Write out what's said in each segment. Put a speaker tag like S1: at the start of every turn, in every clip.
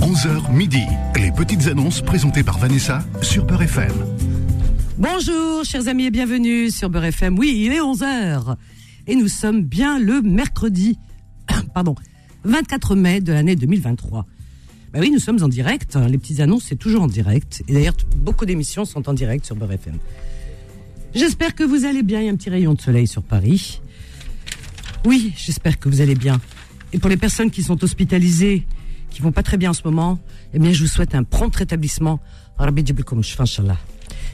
S1: 11h midi, les petites annonces présentées par Vanessa sur Beurre FM.
S2: Bonjour, chers amis, et bienvenue sur Beurre FM. Oui, il est 11h. Et nous sommes bien le mercredi, pardon, 24 mai de l'année 2023. Bah oui, nous sommes en direct. hein, Les petites annonces, c'est toujours en direct. Et d'ailleurs, t- beaucoup d'émissions sont en direct sur Beurre FM. J'espère que vous allez bien. Il y a un petit rayon de soleil sur Paris. Oui, j'espère que vous allez bien. Et pour les personnes qui sont hospitalisées, qui vont pas très bien en ce moment, eh bien, je vous souhaite un prompt rétablissement. Rabbi Djibrikoum, Shfa, Inch'Allah.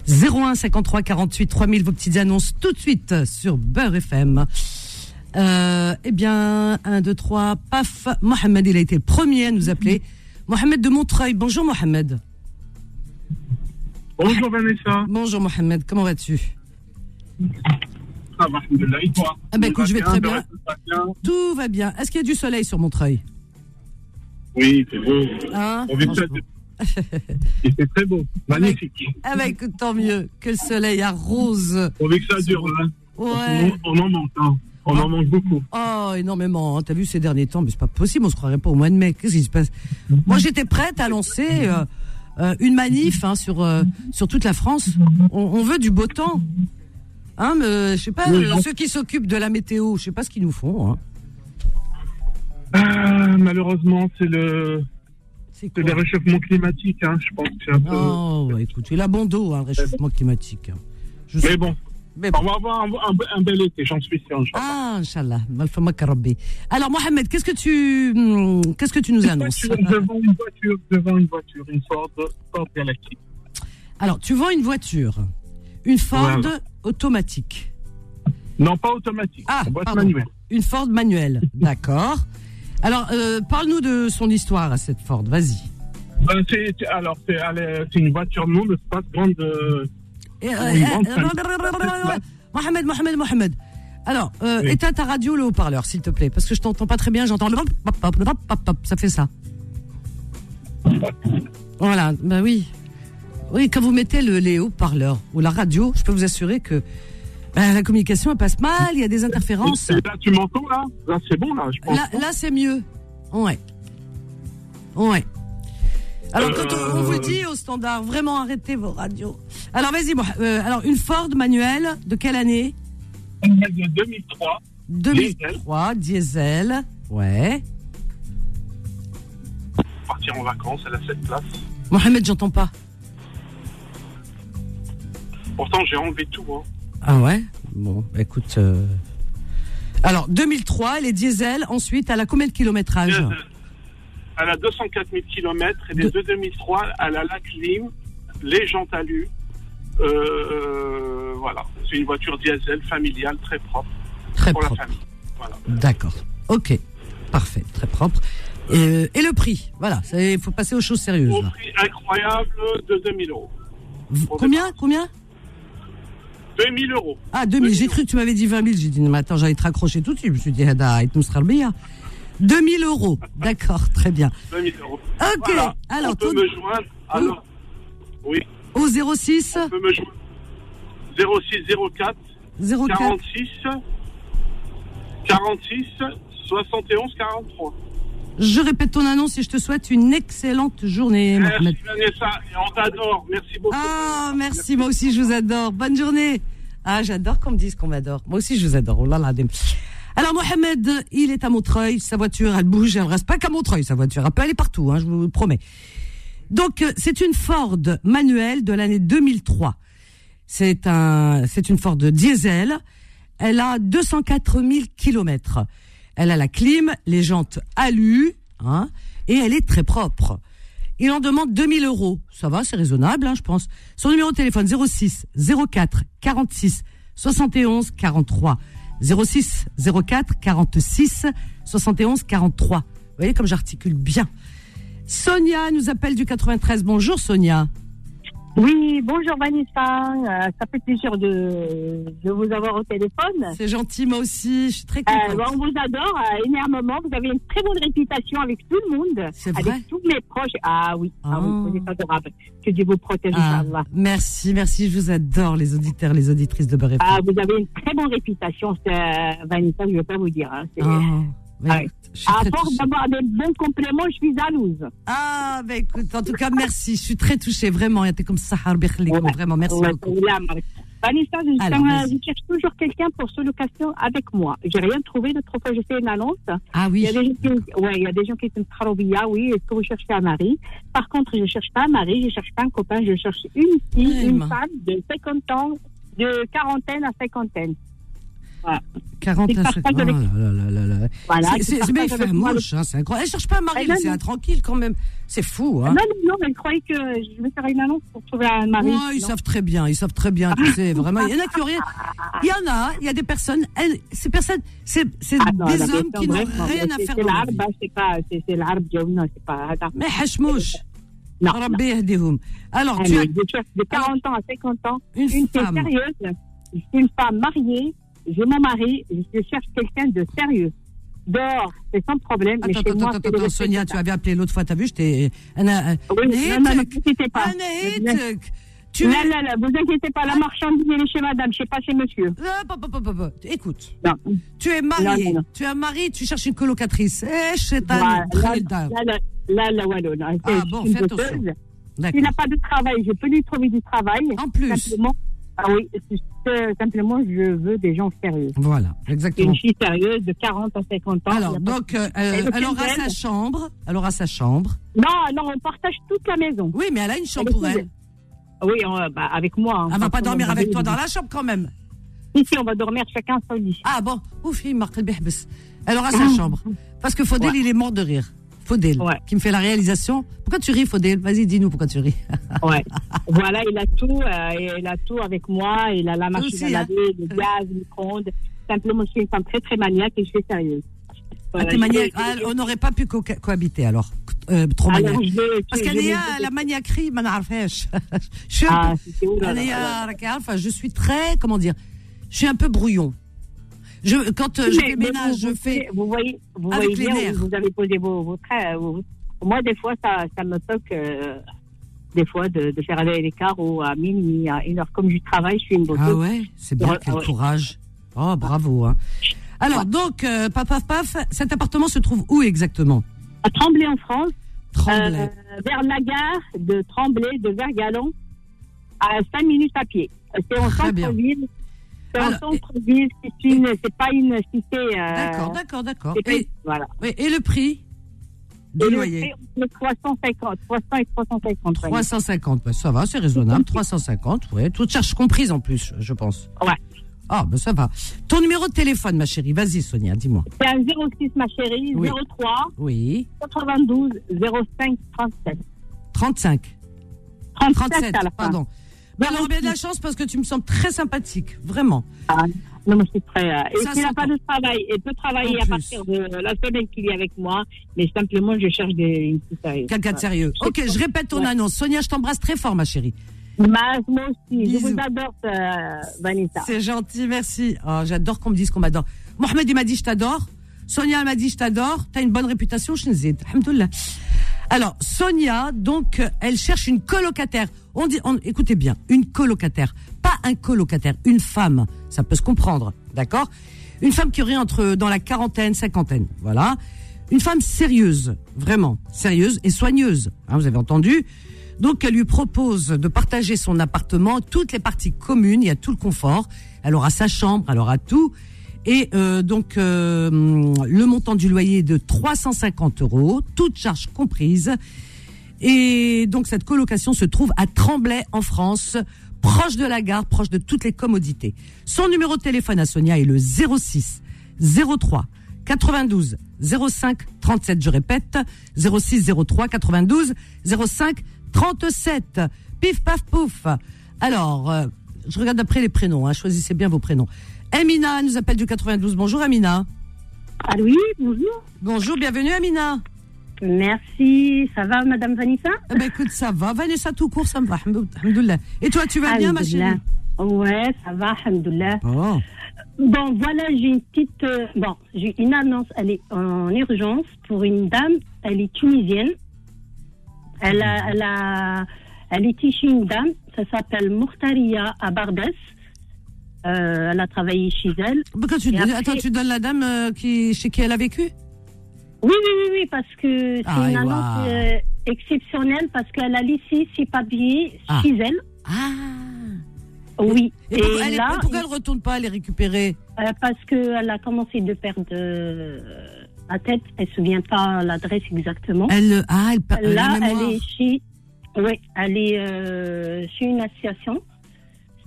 S2: 01 53 48 3000, vos petites annonces tout de suite sur Beurre FM. Euh, eh bien, 1, 2, 3, paf, Mohamed, il a été le premier à nous appeler. Mohamed de Montreuil, bonjour Mohamed.
S3: Bonjour Vanessa.
S2: Bonjour Mohamed, comment vas-tu
S3: Ça va, Ah, Alhamdoulilah. Et toi
S2: Ah ben, écoute,
S3: Tout va
S2: je vais très
S3: le
S2: bien.
S3: reste, tout va bien.
S2: Tout va bien. Est-ce qu'il y a du soleil sur Montreuil
S3: Oui, c'est beau.
S2: Hein
S3: On vit
S2: Franchement.
S3: ça. Et c'est très beau. Magnifique.
S2: Ah bah écoute, tant mieux que le soleil arrose.
S3: On veut que ça dure. hein.
S2: Ouais.
S3: On, on en manque. hein. On en manque beaucoup.
S2: Oh, énormément. hein. T'as vu ces derniers temps, mais c'est pas possible, on se croirait pas au mois de mai. Qu'est-ce qui se passe Moi, j'étais prête à lancer euh, euh, une manif hein, sur, euh, sur toute la France. On, on veut du beau temps. Hein, mais, je sais pas,
S3: Oui.
S2: euh, ceux qui s'occupent de la météo, je sais pas ce qu'ils nous font. hein.
S3: Ah, malheureusement, c'est le,
S2: C'est quoi
S3: c'est le réchauffement climatique. hein. Je pense que c'est un peu.
S2: Oh, bah, écoute, il a bon dos, hein, le réchauffement climatique. hein. Je
S3: Mais
S2: sais-
S3: bon,
S2: mais
S3: on va avoir un, un- un bel été, j'en suis sûr. Inch'Allah.
S2: Ah, Inch'Allah. Malfamak Rabbi. Alors, Mohamed, qu'est-ce que tu, hum, qu'est-ce que tu nous annonces?
S3: Voiture, devant une voiture, devant une voiture, une Ford, Ford Galactic.
S2: Alors, tu vends une voiture. Une Ford
S3: Voilà.
S2: automatique.
S3: Non, pas automatique,
S2: Ah,
S3: boîte
S2: pardon.
S3: manuelle.
S2: Une Ford manuelle. D'accord. Alors, euh, parle-nous de son histoire à cette Ford. Vas-y.
S3: Euh, c'est- c'est- alors, c'est elle est- c'est une voiture non de pas grande. euh,
S2: Et,
S3: Oui, grande
S2: euh, Mohamed, Mohamed, Mohamed. Alors, euh,
S3: Oui.
S2: éteins ta radio, le haut-parleur, s'il te plaît, parce que je t'entends pas très bien. J'entends le pop, pop, pop, pop, pop, pop, ça fait ça. Voilà, bah oui. Oui, quand vous mettez le, les haut-parleurs ou la radio, je peux vous assurer que bah, la communication elle passe mal, il y a des interférences.
S3: Et Là, tu m'entends là Là, Ah, c'est bon là, je pense. hein.
S2: Là, là c'est mieux. Ouais. Ouais. Alors, quand on- on,
S3: Euh.
S2: vous dit au standard, vraiment arrêtez vos radios. Alors, vas-y, moi. euh, alors, une Ford manuelle, de quelle année
S3: Celle de 2003,
S2: 2003, diesel. Ouais.
S3: partir en vacances, elle a 7 places.
S2: Mohamed, j'entends pas.
S3: Pourtant, j'ai enlevé tout. Hein.
S2: Ah ouais Bon, bah, écoute. euh, Alors, 2003, elle est diesel. Ensuite, elle a combien de kilométrage
S3: Elle a 204 000 km et les
S2: De-
S3: deux 2003, elle a la clim, les jantes talus. Euh, voilà, c'est une voiture diesel familiale très propre
S2: Très
S3: pour la
S2: propre.
S3: famille. Voilà.
S2: D'accord. Ok. Parfait. Très propre. Euh, Et, et le prix Voilà, ça- il faut passer aux choses sérieuses.
S3: Au
S2: Là.
S3: prix incroyable de 2000 euros.
S2: V- Combien Combien
S3: 2000 euros.
S2: Ah, 2000. J'ai cru que tu m'avais dit 20 000. J'ai dit, non, mais attends, j'allais te raccrocher tout de suite. Je me suis dit, ah, da, et nous sera le meilleur. 2000 euros. D'accord, très bien.
S3: 2000 euros.
S2: Ok.
S3: Voilà.
S2: Alors,
S3: on peut
S2: tout-
S3: me joindre. Alors, oui,
S2: au 06
S3: on peut me joindre. 0604
S2: 04
S3: 46 46 71 43.
S2: Je répète ton annonce et je te souhaite une excellente journée, Mohamed.
S3: Merci Vanessa et on t'adore. Merci beaucoup.
S2: Ah, merci, moi aussi je vous adore. Bonne journée. Ah, j'adore qu'on me dise qu'on m'adore. Moi aussi je vous adore. Oh Wallah l'azim. Alors Mohamed, il est à Montreuil, sa voiture, elle bouge, elle reste pas qu'à Montreuil, sa voiture, elle peut aller partout, hein, je vous le promets. Donc euh, c'est une Ford manuelle de l'année 2003. C'est un, c'est une Ford diesel. Elle a 204 000 kilomètres. Elle a la clim, les jantes alu, hein, et elle est très propre. Il en demande 2000 euros. Ça va, c'est raisonnable, hein, je pense. Son numéro de téléphone 06 04 46 71 43. 06 04 46 71 43. Vous voyez comme j'articule bien. Sonia nous appelle du 93. Bonjour Sonia.
S4: Oui, bonjour Vanessa. Euh, Ça fait plaisir de, de vous avoir au téléphone.
S2: C'est gentil, moi aussi. Je suis très
S4: Euh,
S2: contente.
S4: on vous adore euh, énormément. Vous avez une très bonne réputation avec tout le monde.
S2: C'est vrai
S4: Avec tous mes proches. Ah oui, ah.
S2: Ah.
S4: oui vous êtes adorable. Que Dieu vous protège,
S2: Ah,
S4: Inch'Allah.
S2: merci, merci. Je vous adore, les auditeurs, les auditrices de Beurre FM.
S4: Ah, vous avez une très bonne réputation, c'est- euh, Vanessa, je ne vais pas vous dire. hein. C'est-
S2: Oh, Bah,
S4: Ouais.
S2: écoute, je suis
S4: À
S2: très
S4: force
S2: touchée.
S4: d'avoir des bons compléments, je suis jalouse.
S2: Ah, bah écoute, en tout cas, merci. Je suis très touchée, vraiment. Il y a comme ça,
S4: Ouais.
S2: vraiment, merci
S4: Ouais,
S2: beaucoup.
S4: là, Marc. Vanessa, je,
S2: Alors, vas-y.
S4: je cherche toujours quelqu'un pour se location avec moi. J'ai rien trouvé d'autre fois. J'ai fait une annonce.
S2: Ah
S4: Il
S2: oui,
S4: y a des gens qui, ouais, il y a des gens qui sont Trarobia, oui, est-ce que vous cherchez un mari Par contre, je cherche pas un mari, je cherche pas un copain, je cherche une fille, une
S2: Tellement.
S4: femme de 50 ans, de quarantaine à cinquantaine.
S2: 40
S4: il
S2: à
S4: partage
S2: 50.
S4: avec-
S2: Oh là là là là là.
S4: Voilà.
S2: C'est-
S4: qui
S2: c'est-
S4: partagent
S2: mais il
S4: avec
S2: fait
S4: moi le-
S2: moche, hein, c'est incroyable. Elle cherche pas un mari,
S4: Elle
S2: mais
S4: a
S2: c'est
S4: mis-
S2: un tranquille quand même. C'est fou, hein.
S4: Non, non, non, mais je croyais que je vais faire une annonce pour trouver un mari.
S2: Ouais, ils
S4: Non.
S2: savent très bien, ils savent très bien, tu sais, vraiment. Il y en a qui ont rien. Il y en a, il y a des personnes, elles, ces personnes, c'est c'est
S4: Ah non,
S2: des
S4: la
S2: hommes
S4: question,
S2: qui n'ont
S4: bref, non,
S2: rien à
S4: c'est-
S2: faire
S4: C'est
S2: dans la
S4: l'arbre,
S2: vie.
S4: hein, c'est pas, c'est c'est l'arbre, je- non, c'est pas. attends.
S2: Mais hachmouche,
S4: Non, non.
S2: Rabbi yahdihoum. Alors,
S4: Ah,
S2: tu
S4: non,
S2: as
S4: je cherche de 40 ans à 50 ans,
S2: une
S4: une qui est
S2: femme.
S4: sérieuse, je suis une femme mariée, j'ai mon mari, je cherche quelqu'un de sérieux. Dehors, c'est sans problème. mais
S2: Attends,
S4: chez
S2: attends,
S4: moi,
S2: attends,
S4: c'est le
S2: attends,
S4: respect
S2: Sonia,
S4: total.
S2: tu avais appelé l'autre fois, t'as vu, je t'ai. Anna, euh,
S4: Oui,
S2: Mais
S4: non, non, ne
S2: Tuc,
S4: vous inquiétez pas.
S2: Anna,
S4: Non,
S2: Tuc, tu es.
S4: non, non, vous inquiétez pas, la marchandise, elle est chez madame, je sais pas chez monsieur.
S2: Ah, pop, pop, pop, pop. Écoute,
S4: Non.
S2: tu es marié,
S4: Non, non, non.
S2: tu es un mari, tu cherches une colocatrice. Eh, c'est
S4: Voilà,
S2: un
S4: là,
S2: Khalil Dar.
S4: là, là, là, là, ouais, là, là,
S2: Ah,
S4: je suis
S2: bon,
S4: une
S2: fais attention.
S4: bosseuse. S'il n'a
S2: D'accord.
S4: pas de travail, je peux lui trouver du travail.
S2: En plus,
S4: Simplement, ah oui, c'est- euh, simplement, je veux des gens sérieux.
S2: voilà,
S4: Une
S2: exactement.
S4: fille sérieuse de 40 à 50 ans. il y
S2: Alors,
S4: a pas-
S2: donc, euh, euh,
S4: Et le
S2: elle aura
S4: quinzaine.
S2: sa chambre. Elle aura sa chambre.
S4: Non, non, on partage toute la maison.
S2: Oui, mais elle a une chambre
S4: Elle est
S2: pour elle.
S4: Oui, on- bah, avec moi. hein.
S2: Elle va pas
S4: Enfin,
S2: dormir
S4: on
S2: avec toi
S4: dormir.
S2: dans la chambre quand même.
S4: Ici, on va dormir chacun son lit. Ah.
S2: Ah bon Ouf, il marque le behbes. Elle aura sa chambre. Parce que Faudel, il est mort de rire. Faudel,
S4: Ouais.
S2: qui me fait la réalisation. Pourquoi tu ris, Faudel Vas-y, dis-nous pourquoi tu ris.
S4: Ouais. voilà, il a tout. euh, il a tout avec moi. Il a la machine
S2: aussi,
S4: à
S2: hein.
S4: laver, le gaz, le micro-ondes. Simplement, je suis une femme très, très maniaque et je suis sérieuse.
S2: Ah,
S4: Voilà,
S2: t'es
S4: je-
S2: maniaque. Ah, on n'aurait pas pu co- cohabiter alors. Euh, trop
S4: Alors, je
S2: maniaque.
S4: vais-
S2: Parce
S4: je vais-
S2: qu'elle est à la maniaquerie, ma n'arfèche. Je suis un
S4: Ah,
S2: peu-
S4: c'était où, là, là,
S2: Allez,
S4: là.
S2: ah, Raka, enfin, je suis très, comment dire, je suis un peu brouillon. Je, quand euh, je
S4: Mais-
S2: fais
S4: mais
S2: ménage,
S4: vous-
S2: je
S4: vous-
S2: fais.
S4: Vous voyez, vous
S2: avec
S4: voyez
S2: les
S4: bien où
S2: nerfs.
S4: vous avez posé vos, vos traits. euh, vous- Moi, des fois, ça, ça me toque, euh, des fois, de, de faire aller l'écart ou à minuit, à une heure. Comme je travaille, je suis une beauté.
S2: Ah ouais, c'est bien,
S4: Ouais,
S2: quel
S4: ouais.
S2: courage. Oh, bravo. Hein. Alors, donc, euh, paf, paf, paf, cet appartement se trouve où exactement
S4: À Tremblay, en France,
S2: Tremblay.
S4: euh, vers la gare de Tremblay, de Vergalon, à 5 minutes à pied. C'est en
S2: Ah, Très bien.
S4: centre-ville. C'est en
S2: Alors, et-
S4: centre-ville. C'est une, c'est pas une cité. euh,
S2: d'accord, d'accord, d'accord.
S4: c'est pas-
S2: Et,
S4: voilà.
S2: oui, et le prix du
S4: Et le
S2: loyer
S4: prix, entre 350, 300 et 350.
S2: 350, bah, ça va, c'est raisonnable. 350, ouais. Toute charge comprise en plus, je pense.
S4: Ouais.
S2: Ah, ben ça va. Ton numéro de téléphone, ma chérie, vas-y, Sonia, dis-moi.
S4: C'est un 06, ma chérie,
S2: Oui.
S4: 03
S2: Oui.
S4: 92 05 37.
S2: 35.
S4: 37,
S2: 37,
S4: à la fin.
S2: pardon. Mais alors,
S4: Merci.
S2: bien de la chance parce que tu me sembles très sympathique, vraiment.
S4: Ah, Non, mais c'est très. euh,
S2: Ça
S4: et s'il n'a
S2: s'entend.
S4: pas de travail, il peut travailler
S2: En
S4: à
S2: plus.
S4: partir de la semaine qu'il est avec moi, mais simplement, je cherche des, une petite sérieuse.
S2: Quelqu'un
S4: Voilà.
S2: de sérieux. Ok, je répète ton
S4: Ouais.
S2: annonce. Sonia, je t'embrasse très fort, ma chérie.
S4: Mas, moi aussi, je
S2: Bisous.
S4: vous adore, euh, Vanessa.
S2: C'est gentil, merci. Oh, J'adore qu'on me dise qu'on m'adore. Mohamed, il m'a dit je t'adore. Sonia, elle m'a dit je t'adore. T'as une bonne réputation, je n'hésite. Alhamdoulilah. Alors, Sonia, donc, euh, elle cherche une colocataire. On dit, on, écoutez bien, une colocataire. Pas un colocataire, une femme. Ça peut se comprendre, d'accord Une femme qui aurait entre, dans la quarantaine, cinquantaine. Voilà. Une femme sérieuse, vraiment, sérieuse et soigneuse. hein, vous avez entendu donc, elle lui propose de partager son appartement, toutes les parties communes, il y a tout le confort. Elle aura sa chambre, elle aura tout. Et euh, donc, euh, le montant du loyer est de 350 euros, toutes charges comprises. Et donc, cette colocation se trouve à Tremblay, en France, proche de la gare, proche de toutes les commodités. Son numéro de téléphone à Sonia est le 06 03 92 05 37. Je répète, 06 03 92 05 37. Pif, paf, pouf. Alors, euh, je regarde après les prénoms. hein. Choisissez bien vos prénoms. Amina nous appelle du 92. Bonjour, Amina.
S5: Ah oui, bonjour.
S2: Bonjour, bienvenue, Amina.
S5: Merci. Ça va, Madame Vanessa
S2: Eh ben, écoute, ça va. Vanessa, tout court, ça me va. Hamdoul- Hamdoullah. Et toi, tu vas bien, ma
S5: Alhamdoulilah.
S2: chérie
S5: Ouais, ça va, alhamdoulilah.
S2: Oh,
S5: Bon, voilà, j'ai une petite... euh, bon, j'ai une annonce. Elle est en urgence pour une dame. Elle est tunisienne. Elle, a, elle, a, elle était chez une dame. Ça s'appelle Mortaria à Bardès. Euh, elle a travaillé chez elle.
S2: Pourquoi tu,
S5: Et après-
S2: Attends, tu donnes la dame euh, qui, chez qui elle a vécu
S5: Oui, oui, oui, oui, parce que c'est
S2: Ah,
S5: une
S2: et
S5: annonce
S2: waouh.
S5: euh, exceptionnelle parce qu'elle a laissé ses papiers
S2: Ah.
S5: chez elle.
S2: Ah
S5: Oui.
S2: Et, pourquoi, elle,
S5: là,
S2: et pourquoi elle retourne pas les récupérer
S5: euh, parce qu'elle a commencé de perdre euh, la tête, elle ne se souvient pas l'adresse exactement.
S2: Elle, ah, elle, perd la
S5: Là,
S2: mémoire.
S5: elle est chez, oui, elle est euh, chez une association.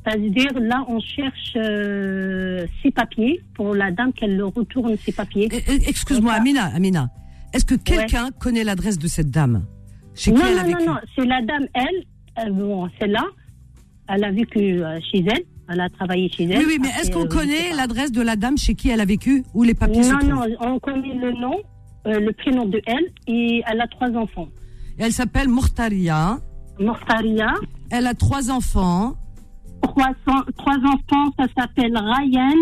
S5: C'est-à-dire, là, on cherche euh, ses papiers pour la dame qu'elle leur retourne ses papiers.
S2: Eh, eh, Excuse-moi, Amina, Amina. Est-ce que quelqu'un connaît l'adresse de cette dame Chez qui
S5: non,
S2: elle a
S5: non,
S2: vécu
S5: non, non, c'est la dame, elle, euh, bon, celle-là, elle a vécu euh, chez elle, elle a travaillé chez elle.
S2: Oui, oui, mais
S5: Après,
S2: est-ce
S5: euh,
S2: qu'on
S5: je sais
S2: connaît
S5: pas.
S2: l'adresse de la dame chez qui elle a vécu Où les papiers se
S5: Non,
S2: trouvent
S5: non, on connaît le nom, euh, le prénom de elle, et elle a trois enfants.
S2: Elle s'appelle Mortaria.
S5: Mortaria,
S2: Elle a trois enfants.
S5: trois, cents- trois enfants, ça s'appelle Ryan,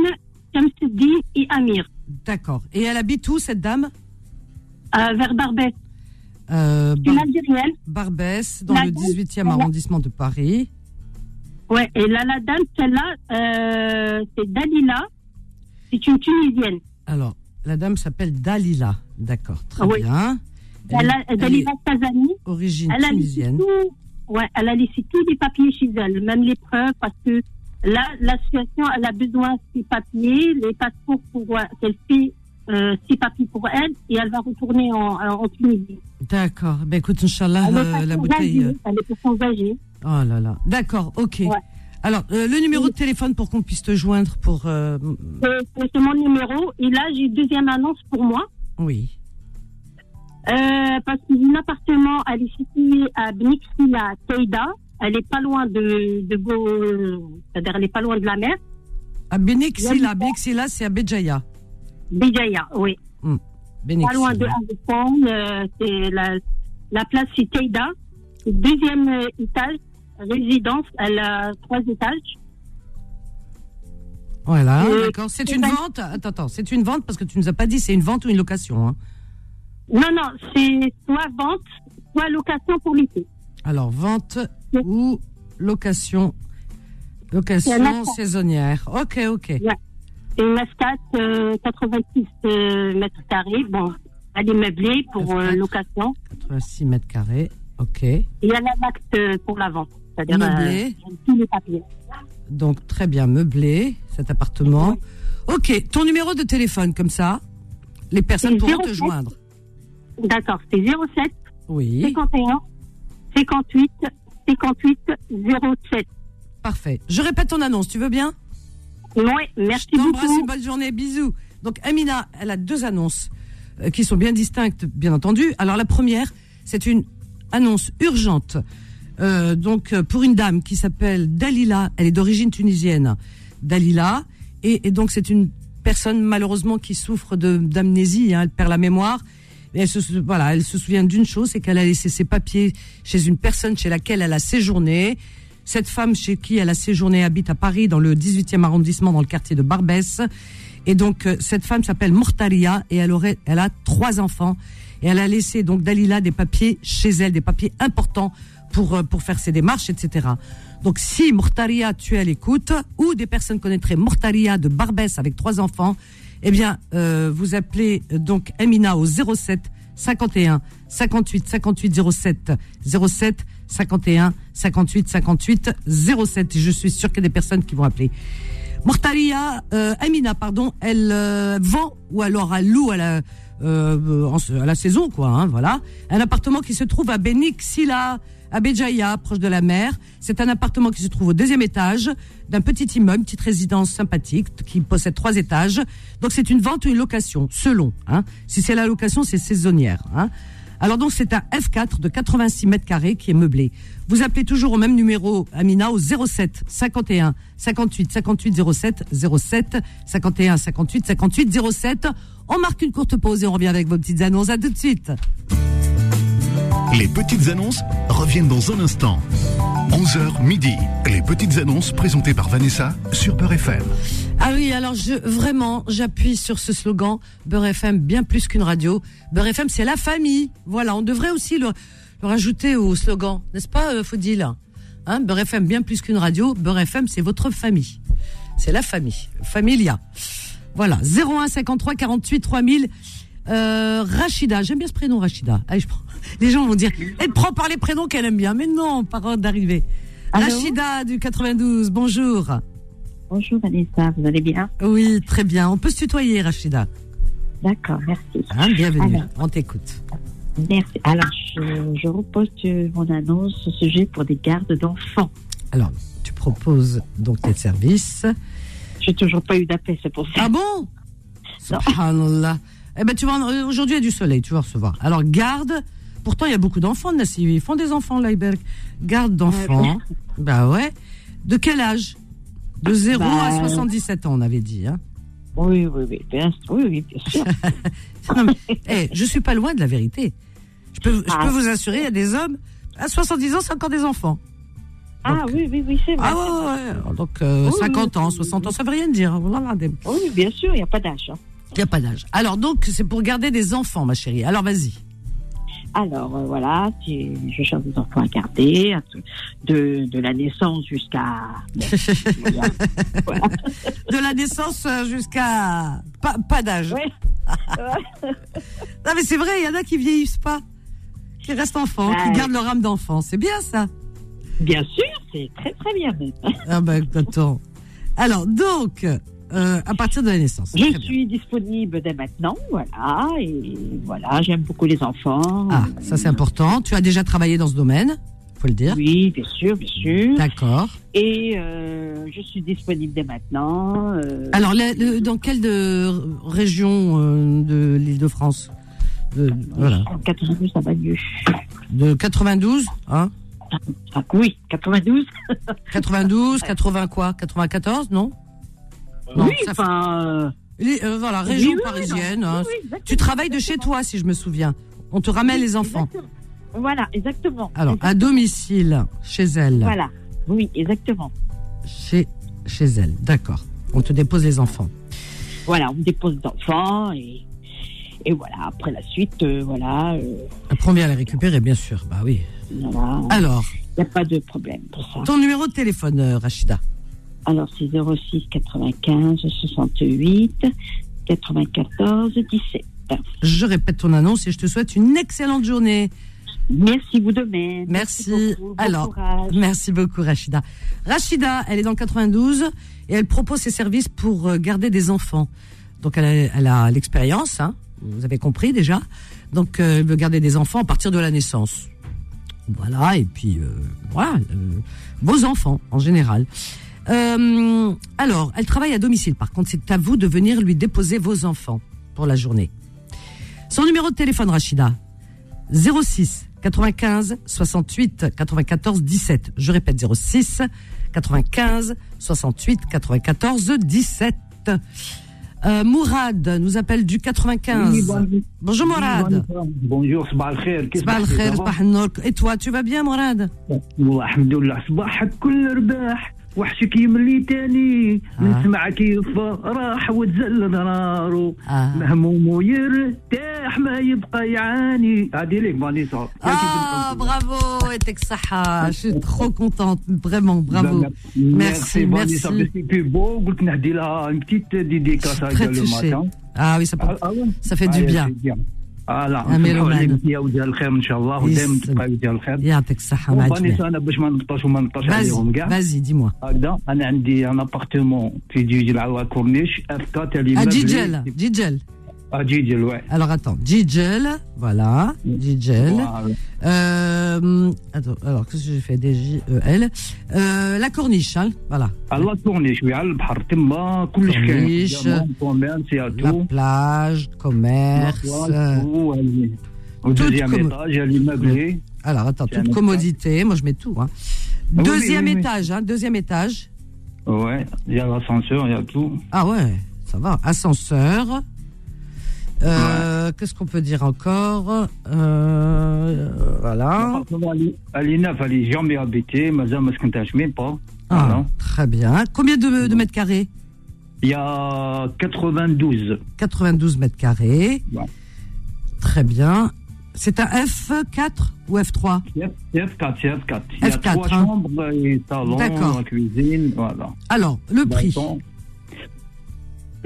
S5: Shamsuddin et Amir.
S2: D'accord. Et elle habite où, cette dame
S5: Euh, vers Barbès.
S2: Euh,
S5: C'est une
S2: Bar-
S5: Algérienne.
S2: Barbès, dans
S5: La
S2: le
S5: dame,
S2: 18e
S5: elle a-
S2: arrondissement de Paris.
S5: Ouais, et là, la dame, celle-là, euh, c'est Dalila. C'est une Tunisienne.
S2: Alors, la dame s'appelle Dalila. D'accord, très
S5: Ah oui.
S2: bien. Elle,
S5: Elle
S2: est-
S5: a-
S2: elle
S5: Dalila
S2: est
S5: Tazani.
S2: origine
S5: Elle a laissé
S2: tunisienne.
S5: tout. Ouais, elle a laissé tous les papiers chez elle, même les preuves, parce que là, l'association, elle a besoin de ses papiers, les passeports pour euh, qu'elle fait euh, ses papiers pour elle, et elle va retourner en, en, en Tunisie.
S2: D'accord. Ben écoute, Inch'Allah,
S5: elle,
S2: euh,
S5: est
S2: la
S5: pour
S2: bouteille. euh,
S5: s'engager, elle est pour s'engager.
S2: Oh là là. D'accord, ok.
S5: Ouais.
S2: Alors, euh, le numéro de téléphone pour qu'on puisse te joindre pour. euh,
S5: Euh, C'est mon numéro, et là, j'ai une deuxième annonce pour moi.
S2: oui.
S5: Euh, parce que j'ai un appartement, elle est située à Bnixila, Teida. Elle est pas loin de, de Go- c'est-à-dire elle est pas loin de la mer.
S2: À Benexila.
S5: Yannick.
S2: Benexila, c'est à Béjaïa. Hmm.
S5: Béjaïa, oui. Pas loin de
S2: Benexila.
S5: Avestan. euh, c'est la, la place, c'est Teida. Deuxième euh, étage, résidence. Elle a trois étages.
S2: Voilà,
S5: Euh,
S2: Ah, d'accord. C'est
S5: c'est
S2: une
S5: pas-
S2: vente. Attends, attends. C'est une vente parce que tu nous as pas dit c'est une vente ou une location. hein.
S5: Non, non, c'est soit vente, soit location pour l'été.
S2: Alors, vente
S5: Oui.
S2: ou location
S5: C'est un
S2: Location
S5: achat.
S2: saisonnière. Ok, ok.
S5: C'est une Mascat, euh, 86 euh, mètres carrés. Bon, elle est meublée pour euh,
S2: Mascate.
S5: location.
S2: 86 mètres carrés. Ok.
S5: Et elle a l'acte euh, pour la vente. C'est-à-dire euh,
S2: Meublé.
S5: tous les papiers.
S2: Donc, très bien meublé, cet appartement. Ok. Ton numéro de téléphone, comme ça, les personnes
S5: C'est
S2: pourront te
S5: 07.
S2: joindre.
S5: D'accord, c'est 07
S2: Oui.
S5: 51 58 58 07.
S2: Parfait. Je répète ton annonce, tu veux bien
S5: Oui, merci
S2: Je t'embrasse,
S5: beaucoup.
S2: une bonne journée, bisous. Donc Amina, elle a deux annonces euh, qui sont bien distinctes, bien entendu. Alors la première, c'est une annonce urgente. Euh, donc euh, pour une dame qui s'appelle Dalila, elle est d'origine tunisienne, Dalila, et, et donc c'est une personne malheureusement qui souffre de d'amnésie, hein, elle perd la mémoire. Et elle se, sou- voilà, elle se souvient d'une chose, c'est qu'elle a laissé ses papiers chez une personne chez laquelle elle a séjourné. Cette femme chez qui elle a séjourné habite à Paris, dans le 18e arrondissement, dans le quartier de Barbès. Et donc, euh, cette femme s'appelle Mortaria et elle, aurait, elle a trois enfants. Et elle a laissé donc Dalila des papiers chez elle, des papiers importants pour, euh, pour faire ses démarches, etc. Donc, si Mortaria, tu es à l'écoute, ou des personnes connaîtraient Mortaria de Barbès avec trois enfants, eh bien, euh, vous appelez euh, donc Amina au 07 51 58 58 07 07 51 58 58 07. Et je suis sûre qu'il y a des personnes qui vont appeler. Mortaria, euh, Amina, pardon, elle euh, vend ou alors elle loue à la, euh, en ce- à la saison, quoi, hein, voilà. Un appartement qui se trouve à Benixila, à Béjaïa, proche de la mer. C'est un appartement qui se trouve au deuxième étage d'un petit immeuble, petite résidence sympathique qui possède trois étages. Donc c'est une vente ou une location, selon. Hein. Si c'est la location, c'est saisonnière. Hein. Alors donc c'est un F4 de 86 mètres carrés qui est meublé. Vous appelez toujours au même numéro Amina au 07 51 58 58 07 07 51 58 58 07. On marque une courte pause et on revient avec vos petites annonces. À tout de suite.
S1: Les petites annonces reviennent dans un instant. 11h midi. Les petites annonces présentées par Vanessa sur Peur FM.
S2: Ah oui, alors je vraiment j'appuie sur ce slogan Beurre FM bien plus qu'une radio. Beurre FM c'est la famille. Voilà, on devrait aussi le, le rajouter au slogan, n'est-ce pas euh, Faudil Hein, Beurre FM bien plus qu'une radio, Beurre FM c'est votre famille. C'est la famille, familia. Voilà, 01 53 48 3000. euh, Rachida. J'aime bien ce prénom, Rachida. Allez, je prends. Les gens vont dire, elle prend par les prénoms qu'elle aime bien. Mais non, par ordre d'arrivée.
S4: Allô
S2: Rachida du 92, bonjour.
S4: Bonjour Vanessa, vous allez bien
S2: Oui, très bien. On peut se tutoyer, Rachida.
S4: D'accord, merci.
S2: Hein, bienvenue.
S4: Alors.
S2: On t'écoute.
S4: Merci. Alors, je, je repose euh, mon annonce au sujet pour des gardes d'enfants.
S2: Alors, tu proposes donc tes services.
S4: J'ai toujours pas eu d'appel, c'est pour ça.
S2: Ah bon Subhanallah. Eh ben, tu vas, en- aujourd'hui, il y a du soleil, tu vas recevoir. Alors, garde. Pourtant, il y a beaucoup d'enfants, Nassim. Ils font des enfants, Leiberg. Garde d'enfants. Bah ouais. De quel âge De 0 à
S4: Bah,
S2: 77 ans, on avait dit. Hein.
S4: Oui, oui, oui, bien, oui, oui, bien sûr.
S2: Non, mais, eh, je suis pas loin de la vérité. Je peux, je
S4: Ah.
S2: peux vous assurer, il y a des hommes. À 70 ans, c'est encore des enfants.
S4: ah oui, oui, oui, c'est vrai.
S2: Ah ouais, ouais, ouais. Donc, euh,
S4: Oui,
S2: 50 ans,
S4: oui.
S2: 60 ans, ça veut rien dire. hein, Voilà, des-
S4: Oui, bien sûr, il n'y a pas d'âge. hein.
S2: Il n'y a pas d'âge. Alors, donc, c'est pour garder des enfants, ma chérie. Alors, vas-y.
S4: Alors euh, voilà, si je cherche des enfants à garder, un peu- de, de la naissance jusqu'à... bon, voilà.
S2: De la naissance euh, jusqu'à. Pas, pas d'âge.
S4: Ouais.
S2: non, mais c'est vrai, il y en a qui vieillissent pas, qui restent enfants, qui
S4: Ouais.
S2: gardent leur âme d'enfant. C'est bien ça.
S4: Bien sûr, c'est très très bien. même.
S2: Ah, ben, attends. Alors, donc, euh, à partir de la naissance.
S4: Je
S2: Très bien.
S4: suis disponible dès maintenant, voilà, et voilà, Ah, j'aime beaucoup les enfants.
S2: Ah, ça, c'est important. Tu as déjà travaillé dans ce domaine, faut le dire.
S4: Oui, bien sûr, bien sûr.
S2: D'accord.
S4: Et euh, je suis disponible dès maintenant. euh,
S2: Alors, la- le- dans quelle de- région euh, de l'Île-de-France de, voilà.
S4: en 92, ça va mieux.
S2: de 92, hein
S4: Ah, oui, 92.
S2: 92, 80 quoi 94, non Non,
S4: oui,
S2: ça fait-
S4: enfin. euh,
S2: Les- euh, Voilà, région
S4: oui, oui,
S2: parisienne.
S4: non,
S2: hein.
S4: oui, oui, exactement,
S2: Tu travailles de chez
S4: exactement.
S2: toi, si je me souviens. On te ramène les enfants.
S4: Exactement. Voilà, exactement.
S2: Alors, à domicile, chez elle.
S4: Voilà. Oui, exactement.
S2: Chez, chez elle, d'accord. On te dépose les enfants.
S4: Voilà, on me dépose d'enfants et, et voilà, après la suite, euh, voilà, euh,
S2: Après, on vient les récupérer, bien sûr. Bah oui.
S4: voilà, il
S2: Alors,
S4: n'y a pas de problème pour ça.
S2: ton numéro de téléphone, euh, Rachida
S4: Alors c'est 06 95 68 94 17.
S2: Je répète ton annonce et je te souhaite une excellente journée.
S4: Merci vous de même.
S2: Merci.
S4: beaucoup, bon
S2: Alors,
S4: courage.
S2: Merci beaucoup, Rachida. Rachida, elle est dans le 92 et elle propose ses services pour euh, garder des enfants. Donc, elle a- elle a l'expérience, hein, vous avez compris déjà. Donc, euh, elle veut garder des enfants à partir de la naissance. Voilà, et puis, euh, voilà, euh, vos enfants en général. Euh, alors, elle travaille à domicile, par contre, c'est à vous de venir lui déposer vos enfants pour la journée. Son numéro de téléphone, Rachida, 06 95 68 94 17. Je répète 06 95 68 94 17. Euh, Mourad nous appelle du 95.
S6: Oui, bonjour.
S2: Bonjour Mourad.
S6: Bonjour, صباح الخير كيف
S2: صباح الخير صباح النور Et toi, tu vas bien Mourad
S6: والله الحمد لله صباحك كل رباح وحشك يملي تاني
S2: آه.
S6: نسمع كيف راح وتزل نارو
S2: Ah.
S6: مهموم ويرتاح ما يبقى يعاني هادي ليك فانيسا
S2: Ah, bravo, et Texaha. Je suis trop contente, vraiment, bravo. Bah, Merci,
S6: ميرسي فانيسا
S2: merci.
S6: بيسي بي بو قلت نهدي لها ان بتيت ديديكاس
S2: Je suis
S6: هكا
S2: très
S6: لو
S2: touchée.
S6: ماتان
S2: Ah oui, ça, peut- ça fait du bien.
S6: فوالا
S2: أمير
S6: نصبحوا
S2: ومال.
S6: عليك يا وجه الخير ان شاء الله ودائما
S2: يسلم.
S6: تبقى وجه الخير
S2: Et à Texaha, ma
S6: فانيسا
S2: Ajmer.
S6: انا باش ما نبطاش وما نبطاش عليهم
S2: Vas-y,
S6: كاع
S2: vas-y, dis-moi.
S6: هكذا انا عندي ان ابارتمون في جيجل على كورنيش اف 4 تاع
S2: Ah,
S6: ليمابل
S2: Gigel, Gigel.
S6: اه جيجل وي
S2: Alors attends, Gigel, voilà, Gigel. Euh, attends, alors qu'est-ce que j'ai fait D-J-E-L. Euh, la corniche, hein, voilà.
S6: على كورنيش وي على البحر تما كلش كاين
S2: كورنيش.
S6: جمال، كوميرس يا
S2: La
S6: تو
S2: plage, commerce. euh,
S6: ودوزيام
S2: كوم-
S6: ايطاج ليمابل
S2: Alors attends,
S6: C'est un étage.
S2: toute
S6: Ah
S2: commodité, moi je mets tout. Hein.
S6: oui,
S2: Deuxième
S6: oui, oui.
S2: étage, hein, deuxième étage.
S6: وي يا لاسانسور يا تو
S2: Ah ouais, ça va. Ascenseur. Euh, Qu'est-ce qu'on peut dire encore Euh, Voilà.
S6: علينا فالي جامي هابيتي مازال ما سكنتهاش ميم با
S2: Ah,
S6: Voilà.
S2: Très bien. Combien de, de mètres carrés
S6: Il y a 92.
S2: 92 mètres carrés.
S6: Ouais.
S2: Très bien. C'est un F4 ou F3
S6: F4, F4. Il y a
S2: F4,
S6: trois
S2: hein.
S6: chambres et salon,
S2: D'accord. Ah,
S6: la cuisine, voilà.
S2: Alors, le prix.
S6: Balcon.